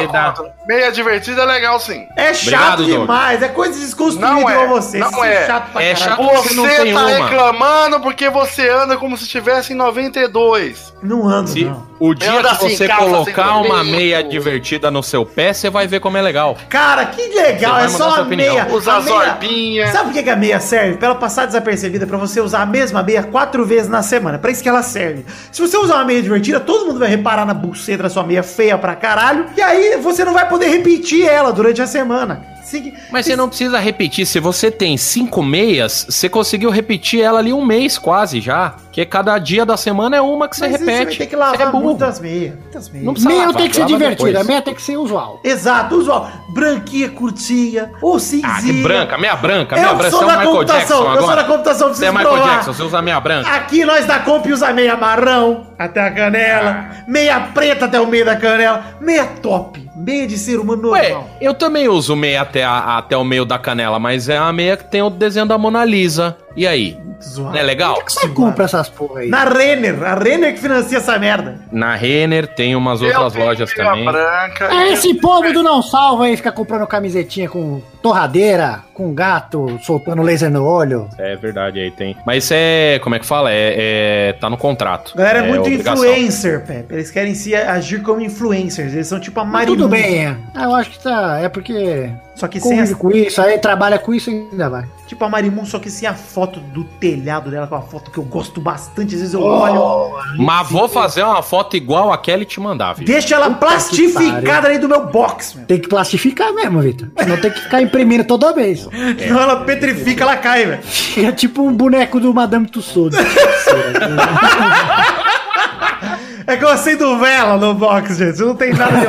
D: divertida.
C: contra. Meia divertida é legal sim.
B: É chato
D: Obrigado, Doug.
B: demais, é coisa desconstruída
C: Não é,
B: igual você.
C: não
B: Isso
C: é.
B: chato pra
D: É
B: caralho.
D: chato.
C: Você
D: Você não tem
C: tá
D: uma.
C: reclamando porque você anda como se estivesse em 92.
B: Não ando,
D: Se
B: não.
D: o dia que
C: Anda assim,
D: você
C: calça sem
D: colocar uma
C: colete.
D: meia divertida no seu pé, você vai ver como é legal.
B: Cara, que legal,
D: Você
B: é
D: vai mudar
B: só a
D: sua opinião.
B: meia.
C: Usar
B: a
C: as
B: meia-
C: orbinhas.
B: Sabe por que que a meia serve? Pra ela passar desapercebida, pra você usar a mesma meia quatro vezes na semana. É Pra isso que ela serve. Se você usar uma meia divertida, todo mundo vai reparar na buceta da sua meia feia pra caralho. E aí você não vai poder repetir ela durante a semana. Assim que-
D: Mas você não precisa repetir. Se você tem cinco meias, você conseguiu repetir ela ali um mês quase já. Porque cada dia da semana é uma que você
B: Mas aí
D: repete.
B: vai ter
D: Você
B: que
D: é
B: lavar
D: burro.
B: muitas meias. Muitas meias.
D: Não precisa
E: Meia
D: lavar,
E: tem que ser
D: lava
E: divertida,
D: depois.
E: a meia tem que ser usual.
B: Exato, usual. Branquinha, curtinha, ou cinzinha.
D: Ah, que branca, meia branca, meia
B: Eu
D: branca.
B: sou
D: Você é o
B: da
D: Michael
B: computação,
D: Jackson
B: eu sou da
D: agora.
B: computação,
D: Você é
B: preciso
D: Michael
B: provar.
D: Jackson, você usa meia branca.
B: Aqui nós da Comp usa meia marrão até a
D: Ah.
B: canela, meia preta até o meio da canela, meia top, meia de ser humano
D: Ué,
B: normal.
D: eu também uso meia até, a- até o meio da canela, mas é uma meia que tem o desenho da Mona Lisa. E aí? Não é legal?
E: Você compra essas porra aí.
B: Na Renner, a Renner que financia essa merda.
D: Na Renner tem umas outras lojas também.
C: branca.
E: É esse povo do não salva aí, fica comprando camisetinha com torradeira, com gato, soltando laser no olho.
D: É verdade, aí tem. Mas isso é. Como é que fala? É, é- tá no contrato.
B: A galera é muito
D: obrigação.
B: influencer, Pepe. Eles querem se agir como influencers. Eles são tipo a
E: Mas
B: Marimundo.
E: tudo bem, é. Ah, Eu acho que tá. É porque
B: Só que sem
E: convive
B: as,
E: com isso, aí trabalha com isso ainda vai.
B: tipo a Marimundo, só que sem a foto do telhado dela, que é uma foto que eu gosto bastante. Às vezes eu
D: Oh.
B: olho.
D: Mas vou fazer uma foto igual a Kelly te mandar,
B: [laughs]
D: viu?
B: Deixa ela plastificada
E: pariu.
B: ali do meu box, meu.
E: Tem que plastificar mesmo, Vitor. Senão tem que ficar imprimindo toda vez.
D: É.
B: Senão Então ela petrifica, ela cai, velho.
E: É tipo um boneco do Madame Tussauds.
B: É que eu acendo vela no box, gente. Não tem nada
D: Ah,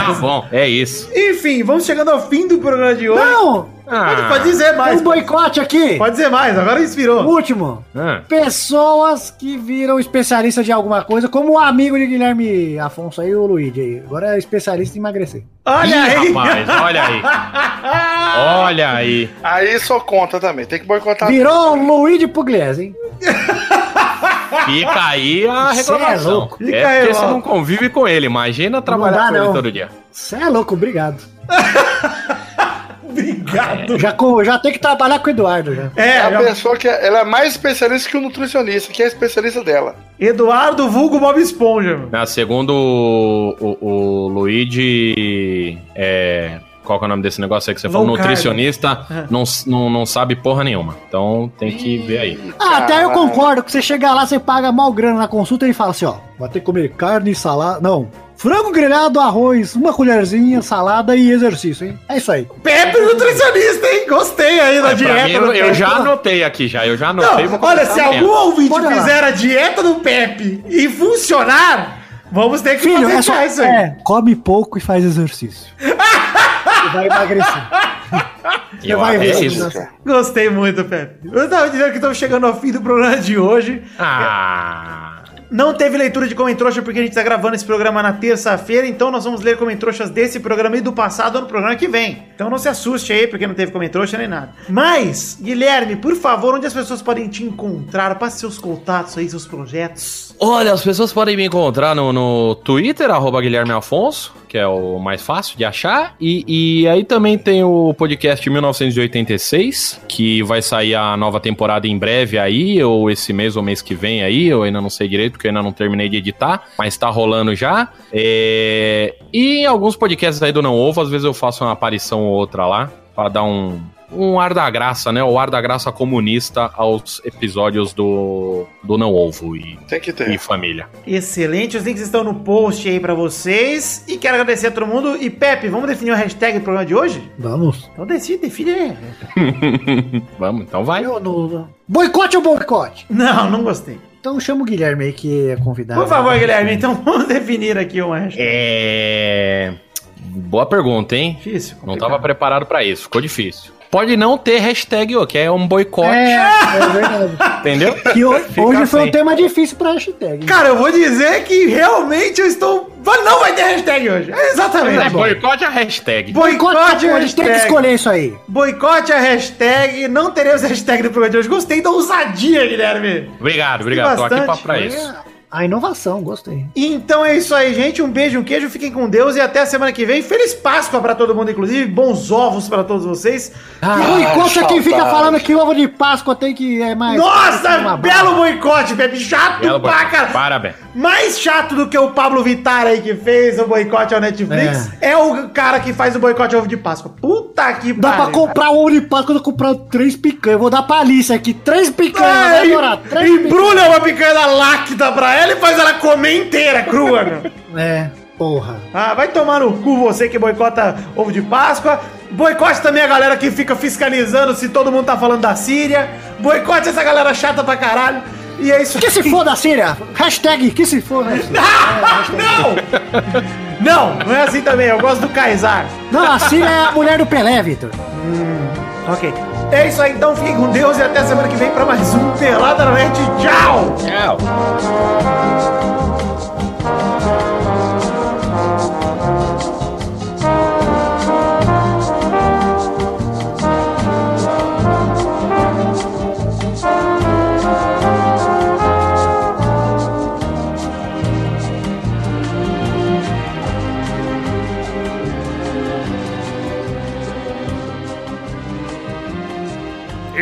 B: demais.
D: bom, é isso.
B: Enfim, vamos chegando ao fim do programa de hoje. Ah,
E: Não!
B: Pode, pode dizer
E: Tem
B: mais.
E: um boicote aqui!
B: Pode dizer mais, agora inspirou.
E: Último!
D: Ah,
E: Pessoas que viram especialista de alguma coisa, como o amigo de Guilherme Afonso aí, o Luigi aí. Agora é especialista em emagrecer.
B: Olha
D: Ih,
B: aí.
D: rapaz, olha aí. Olha aí.
C: Aí só conta também. Tem que
B: Tá.
C: boicotar.
E: Virou o Luigi Pugliese, hein?
D: Fica aí a
E: Cê é
D: reclamação.
E: louco.
D: É,
B: Fica aí,
D: porque você
B: ó.
D: não convive com ele. Imagina trabalhar
E: dá,
D: com ele
E: não.
D: todo dia.
E: Você é louco, obrigado.
B: [laughs] Obrigado.
E: Já, co- já tem que trabalhar com o Eduardo já.
C: É
B: É,
C: a
B: já-
C: pessoa que é, ela é mais especialista que o nutricionista, que é especialista dela.
B: Eduardo Vulgo Bob Esponja. meu.
D: Na, Ah, segundo o, o, o Luigi. É, qual que é o nome desse negócio aí que você
B: Low
D: falou?
B: carb.
D: Nutricionista
B: É.
D: não, s- não, não sabe porra nenhuma. Então tem que ver aí.
E: Ah, até
C: Caralho.
E: eu concordo que você chega lá, você paga mal grana na consulta e fala assim, ó, vai ter que comer carne, salada, não, frango grelhado, arroz, uma colherzinha, salada e exercício, hein? É isso aí.
B: Pepe nutricionista, hein? Gostei aí da
D: Mas pra
B: dieta.
D: mim,
B: do
D: eu, eu
B: Pepe.
D: já anotei aqui já. Eu já
B: Não,
D: anotei. vou
B: olha,
D: começar
B: se
D: amanhã.
B: algum ouvinte
E: Bora lá.
B: fizer a dieta do Pepe e funcionar, vamos ter que
E: Filho,
B: fazer
E: é só,
B: já isso aí.
E: é, come pouco e faz
B: [laughs]
E: exercício. Você vai emagrecer. Você
D: Eu-
E: vai
D: é
E: ver.
D: isso.
B: Gostei muito, Pepe. Eu tava dizendo que estamos chegando ao fim do programa de hoje.
D: Ah.
B: Não teve leitura de Comentrouxa porque a gente tá gravando esse programa na terça-feira, então nós vamos ler Comentrouxas desse programa e do passado no programa que vem. Então não se assuste aí porque não teve Comentrouxa nem nada. Mas, Guilherme, por favor, onde as pessoas podem te encontrar? Passe seus contatos aí, seus projetos.
D: Olha, as pessoas podem me encontrar no, no Twitter, arroba Guilherme Afonso, que é o mais fácil de achar. E, e aí também tem o podcast 1986, que vai sair a nova temporada em breve aí, ou esse mês ou mês que vem aí, eu ainda não sei direito, porque eu ainda não terminei de editar, mas tá rolando já. É, E em alguns podcasts aí do Não Ovo, às vezes eu faço uma aparição ou outra lá, pra dar um, um ar da graça, né? O ar da graça comunista aos episódios do, do Não Ovo e,
C: Tem que ter.
D: e família.
B: Excelente, os links estão no post aí pra vocês. E quero agradecer a todo mundo. E Pepe, vamos definir a hashtag do programa de hoje?
E: Vamos.
B: Então decide, define aí.
D: Vamos, então vai.
E: Eu não- não- Boicote ou boicote?
B: Não, não gostei.
E: Então chama o Guilherme aí que é convidado.
B: Por favor, Guilherme, então [laughs] vamos definir aqui uma hashtag.
D: É. Boa pergunta, hein?
B: Difícil.
D: Não tava preparado pra isso, ficou difícil. Pode não ter hashtag, ó, que é um boicote,
E: É, é verdade.
D: entendeu?
E: Que ho- hoje,
D: Fica
E: foi
D: assim.
E: um tema difícil pra hashtag. hein?
B: Cara, eu vou dizer que realmente eu estou. Vai- Não vai ter hashtag hoje. É exatamente.
D: É, boicote a hashtag.
E: Boicote,
B: Boicote a
E: a gente tem que
B: hashtag.
E: escolher isso aí.
B: Boicote a hashtag. Não teremos [laughs] hashtag do programa de hoje. Gostei da ousadia, Guilherme.
D: Obrigado, obrigado. Tô aqui pra,
B: bastante,
D: pra
B: né?
D: isso.
E: A inovação, gostei.
B: Então é isso aí, gente. Um beijo, um queijo. Fiquem com Deus e até a semana que vem. Feliz Páscoa pra todo mundo, inclusive. Bons ovos pra todos vocês.
D: Ah,
E: boicote é quem fica
D: tá.
C: saudade.
E: falando que ovo de Páscoa tem que é mais.
B: Nossa,
E: uma
B: belo boicote, Pepe. Chato
D: Belo
B: pra
D: boicote.
B: caralho.
D: Parabéns.
B: Mais chato do que o Pablo Vittar aí que fez o boicote ao Netflix é, o cara que faz o boicote ao ovo de Páscoa. Puta que
E: Dá pra comprar um ovo de Páscoa quando eu comprar três picanhas. Eu vou dar pra Alice aqui, três picanhas.
B: É,
E: vai adorar,
B: e-
E: três
B: embrulha uma picanha láctea pra ela e faz ela comer inteira, crua,
E: [laughs]
B: meu.
E: picanhas. É, porra.
B: Ah, vai tomar no cu você que boicota ovo de Páscoa. Boicote também a galera que fica fiscalizando se todo mundo tá falando da Síria. Boicote essa galera chata pra caralho. E é isso [laughs]
E: Que se foda, Síria. Hashtag que se foda. né, Síria?
B: Não! Não, não é assim também. Eu gosto do Kaysar.
E: Não, a Síria é a mulher do Pelé, Vitor.
B: Ok. É isso aí, então fiquem com Deus e até semana que vem pra mais um Pelada na Net. Tchau!
D: Tchau.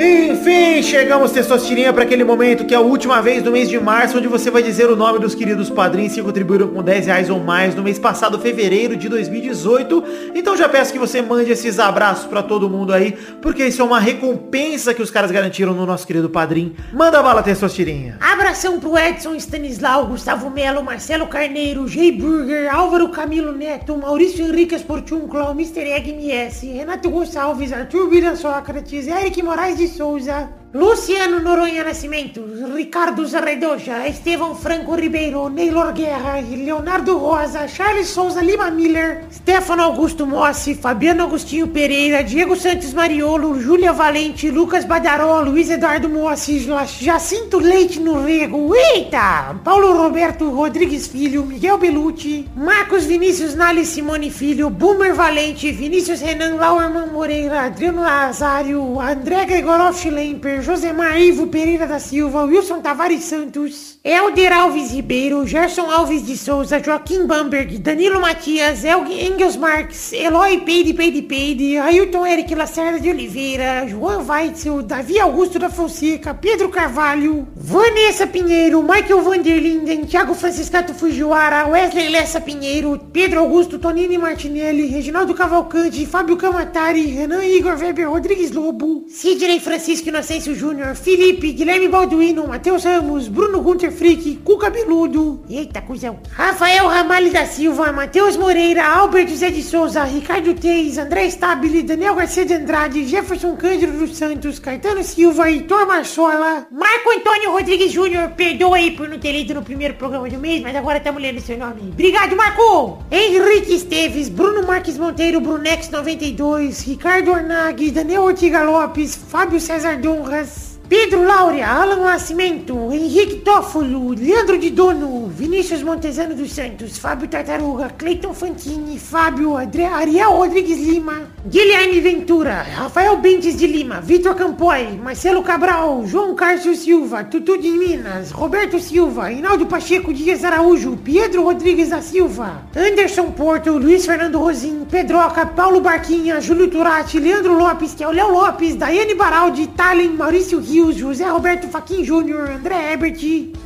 B: Enfim, chegamos, Testosterinha, para aquele momento que é a última vez do mês de março, onde você vai dizer o nome dos queridos padrinhos que contribuíram com 10 reais ou mais no mês passado, fevereiro de 2018. Então já peço que você mande esses abraços para todo mundo aí, porque isso é uma recompensa que os caras garantiram no nosso querido padrinho. Manda bala, Testosterinha.
I: Abração pro Edson Stanislau, Gustavo Melo, Marcelo Carneiro, Jay Burger, Álvaro Camilo Neto, Maurício Henrique Esportium Clown, Mr. Egg MS, Renato Gonçalves, Arthur Vila Sócrates, Eric Moraes de Souza, Luciano Noronha Nascimento, Ricardo Zarredoja, Estevão Franco Ribeiro, Neylor Guerra, Leonardo Rosa, Charles Souza Lima Miller, Stefano Augusto Mossi, Fabiano Agostinho Pereira, Diego Santos Mariolo, Júlia Valente, Lucas Badaró, Luiz Eduardo Mossi, La- Jacinto Leite Norrego, eita! Paulo Roberto Rodrigues Filho, Miguel Belucci, Marcos Vinícius Nali Simone Filho, Boomer Valente, Vinícius Renan Lauerman Moreira, Adriano Lazário, André Gregoroff Lemper, Josemar Ivo Pereira da Silva, Wilson Tavares Santos, Helder Alves Ribeiro, Gerson Alves de Souza, Joaquim Bamberg, Danilo Matias, Elg Engels Marques, Eloy Peide Peide Peide, Ailton Eric Lacerda de Oliveira, João Weitzel, Davi Augusto da Fonseca, Pedro Carvalho, Vanessa Pinheiro, Michael Vanderlinden, Thiago Franciscato Fujiwara, Wesley Lessa Pinheiro, Pedro Augusto, Tonini Martinelli, Reginaldo Cavalcante, Fábio Camatari, Renan Igor Weber, Rodrigues Lobo, Sidney Francisco Inocêncio Júnior, Felipe, Guilherme Balduino, Matheus Ramos, Bruno Gunter Frick, Cuca Beludo, eita cuzão, Rafael Ramalho da Silva, Matheus Moreira, Albert José de Souza, Ricardo Teis, André Stabile, Daniel Garcia de Andrade, Jefferson Cândido dos Santos, Caetano Silva, Heitor Marçola, Marco Antônio Rodrigues Júnior, perdoa aí por não ter lido no primeiro programa do mês, mas agora estamos lendo seu nome. Obrigado, Marco! Henrique Esteves, Bruno Marques Monteiro, Brunex 92, Ricardo Ornag, Daniel Ortiga Lopes, Fábio César Donras, Pedro Laura, Alan Nascimento, Henrique Tófolo, Leandro de Dono, Vinícius Montezano dos Santos, Fábio Tartaruga, Cleiton Fantini, Fábio André, Ariel Rodrigues Lima, Guilherme Ventura, Rafael Bentes de Lima, Vitor Campoy, Marcelo Cabral, João Carlos Silva, Tutu de Minas, Roberto Silva, Hinaldo Pacheco Dias Araújo, Pedro Rodrigues da Silva, Anderson Porto, Luiz Fernando Rosim, Pedroca, Paulo Barquinha, Júlio Turati, Leandro Lopes, que é o Léo Lopes, Daiane Baraldi, Talen, Maurício Rios, José Roberto Faquin Júnior, André Ebert,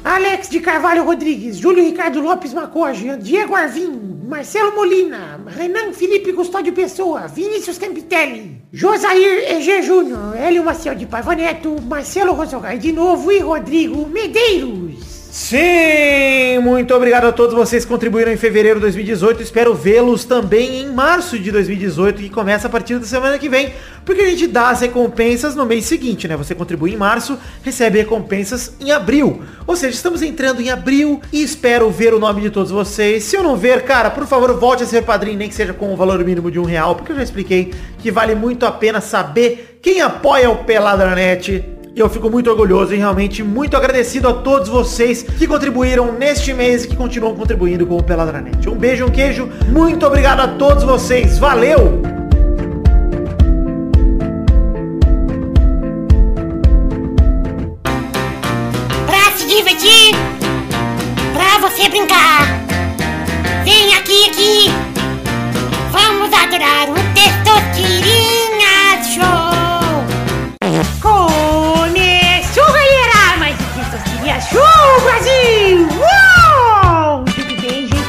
I: Alex de Carvalho Rodrigues, Júlio Ricardo Lopes Macoge, Diego Arvim, Marcelo Molina, Renan Felipe Custódio Pessoa, Vinícius Campitelli, Josair EG Júnior, Hélio Maciel de Paiva Neto, Marcelo Rosogai de novo e Rodrigo Medeiros.
B: Sim, muito obrigado a todos vocês que contribuíram em fevereiro de 2018. Espero vê-los também em março de 2018, que começa a partir da semana que vem, porque a gente dá as recompensas no mês seguinte, né? Você contribui em março, recebe recompensas em abril. Ou seja, estamos entrando em abril e espero ver o nome de todos vocês. Se eu não ver, cara, por favor, volte a ser padrinho, nem que seja com um valor mínimo de um real, porque eu já expliquei que vale muito a pena saber quem apoia o Pelada na Net. E eu fico muito orgulhoso e realmente muito agradecido a todos vocês que contribuíram neste mês e que continuam contribuindo com o Peladranet. Um beijo, um queijo, muito obrigado a todos vocês, valeu!
I: Pra se divertir, pra você brincar. Vem aqui, aqui. Vamos adorar o Testosterinha Show. Começou, galera, mais um Testosterinha Show, Uh, Brasil. Uou! Tudo bem, gente?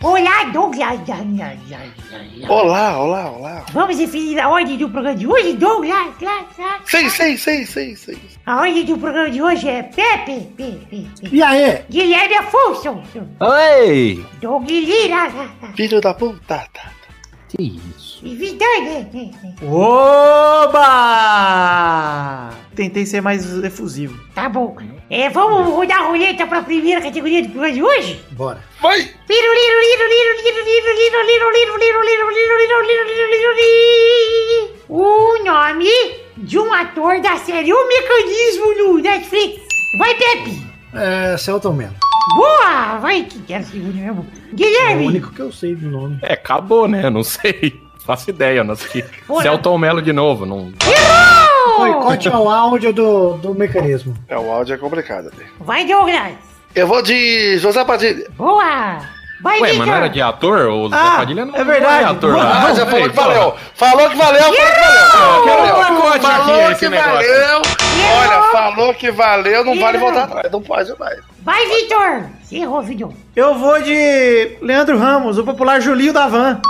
I: Olá, Douglas.
C: Olá, olá, olá.
I: Vamos definir a ordem do programa de hoje, Douglas?
C: Sei, sei, sei, sei, sei.
I: A ordem do programa de hoje é Pepe, Pepe, Pepe.
E: E aí?
I: Guilherme Afonso,
D: Oi!
I: Doug Lira
C: Filho da puta. tá.
I: e Vidane.
B: Oba! Tentei ser mais efusivo.
I: Tá bom. É, vamos rodar a roleta pra primeira categoria do programa de hoje?
E: Bora.
C: Vai!
I: Liro, liro, liro, liro, liro, liro, liro, liro, liro, liro, liro, liro, liro, liro, liro, liro, liro. O nome de um ator da série O Mecanismo no Netflix. Vai, Pepe!
E: É, Celton Man.
I: Boa! Vai, que quero segundo mesmo.
E: É o
I: Guilherme!
E: único que eu sei do nome.
D: É, acabou, né? Não sei. Faço ideia, nós que.
B: né?
I: Olha.
D: Celton Melo de novo, não.
I: Errou!
E: Boicote ao é áudio do, do mecanismo.
C: É, o áudio é complicado ali.
I: Vai, Douglas!
C: Eu vou de José Padilha.
J: Boa! Vai,
D: Ué,
J: Victor!
D: mas não era de ator? O Zé
B: Ah,
D: Padilha não
B: é verdade.
D: não é ator.
B: Ah,
D: não,
C: Ah, já
D: véi,
C: falou que
D: porra.
C: valeu. Falou que valeu, falou que valeu.
D: quero um
C: Valeu.
D: pacote aqui,
C: Falou
D: esse
C: que
D: negócio.
C: valeu.
J: Errou.
C: Olha, falou que valeu, não vale
J: Errou.
C: voltar atrás. Não pode mais.
J: Vai, Victor! Você errou, Victor.
B: Eu vou de Leandro Ramos, o popular Julinho da Van.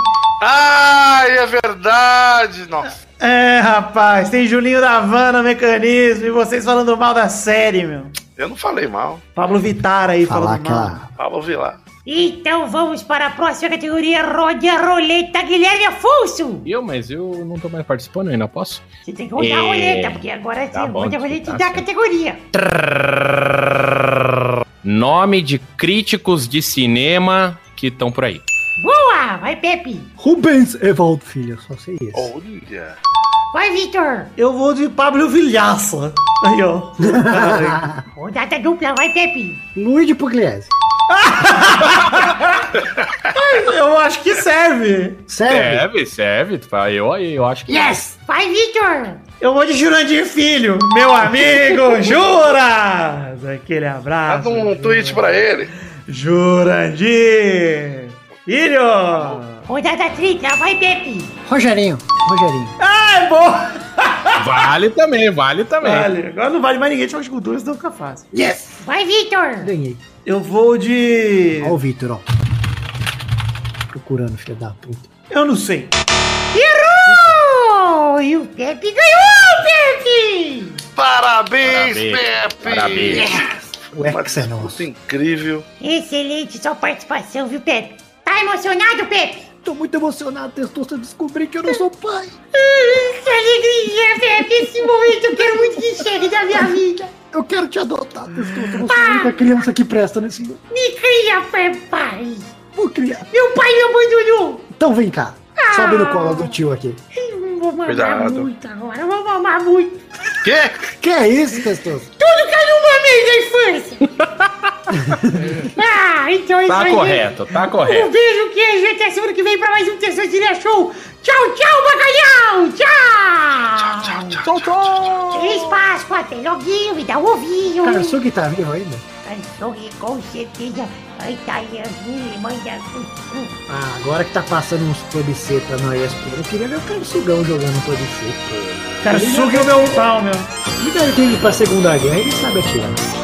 C: Ai, é verdade. Nossa.
B: É, rapaz, tem Julinho da Van no mecanismo e vocês falando mal da série, meu.
C: Eu não falei mal.
B: Pablo Vittar aí
E: Falar
B: falando mal.
E: aquela.
C: Falou Vilar.
J: Então vamos para a próxima categoria, Rode a Roleta Guilherme Afonso!
D: Eu, mas eu não tô mais participando ainda, posso?
J: Você tem que rodar a
D: É.
J: roleta, porque agora
D: Tá
J: você
D: bom,
J: roda a roleta
D: tá
J: da
D: certo.
J: categoria.
D: Nome de críticos de cinema que estão por aí.
J: Boa! Vai, Pepe!
E: Rubens Evaldo Filho, só sei isso.
C: Olha.
J: Vai, Victor!
B: Eu vou de Pablo Vilhaça. Aí, ó.
J: [laughs] Rodada dupla, vai, Pepe!
E: Luiz de Pugliese.
B: Eu acho que serve.
E: Sério?
D: Serve, serve. pá, Eu aí, eu acho que.
E: Yes!
J: Vai, Victor!
B: Eu vou de Jurandir Filho, meu amigo, jura! Aquele abraço.
C: Manda um tweet pra ele.
B: Jurandir Filho!
J: Rodada tripla, vai, Pepe!
E: Rogerinho, Rogerinho.
B: Ai, boa!
D: Vale também, vale também.
B: Vale, agora não vale mais ninguém de choque de cultura, senão fica fácil.
J: Vai, Victor!
E: Ganhei.
B: Eu vou de.
E: Ó o Vitor, ó. Procurando, filho da puta.
B: Eu não sei.
J: Errou! E o Pepe ganhou, Pepe!
C: Parabéns,
D: Parabéns,
C: Pepe!
D: parabéns.
E: O X é nosso.
C: Isso é incrível.
J: Excelente sua participação, viu, Pepe? Tá emocionado, Pepe?
E: Tô muito emocionado, Testosta, descobri que eu não sou pai.
J: Ah, Que alegria, Pepe! Esse momento eu quero muito que chegue da minha vida!
E: Eu quero te adotar, Testosta. Você é a única criança que presta nesse mundo.
J: Me cria, papai!
E: Vou criar.
J: Meu pai me abandonou!
E: Então vem cá. Sobe no colo do tio aqui.
J: Eu Vou mamar
C: Cuidado.
J: muito agora, eu vou mamar muito!
C: Quê?
E: Que é isso, Testosta?
J: Tudo que eu não mamei na infância! ah, então é isso
D: Tá
J: aí!
D: correto, tá
J: Um
D: correto.
J: beijo, queijo e até semana que vem pra mais um Terça-feira Show! Tchau, tchau, bacalhau! Tchau! Tchau, tchau,
E: Tchau, tchau.
J: Feliz Páscoa, até loguinho, me dá um ovinho!
E: Karsugi tá vivo ainda?
J: Canções com certeza, ai, tá aí, azul, mãe da...
E: Ah, agora que tá passando uns plebiscita na ESPN, eu queria ver o Karsugão jogando plebiscito. é
B: Cara, suga o é meu pau, meu.
E: tá Me dá ele pra Segunda Guerra, ele sabe atirar.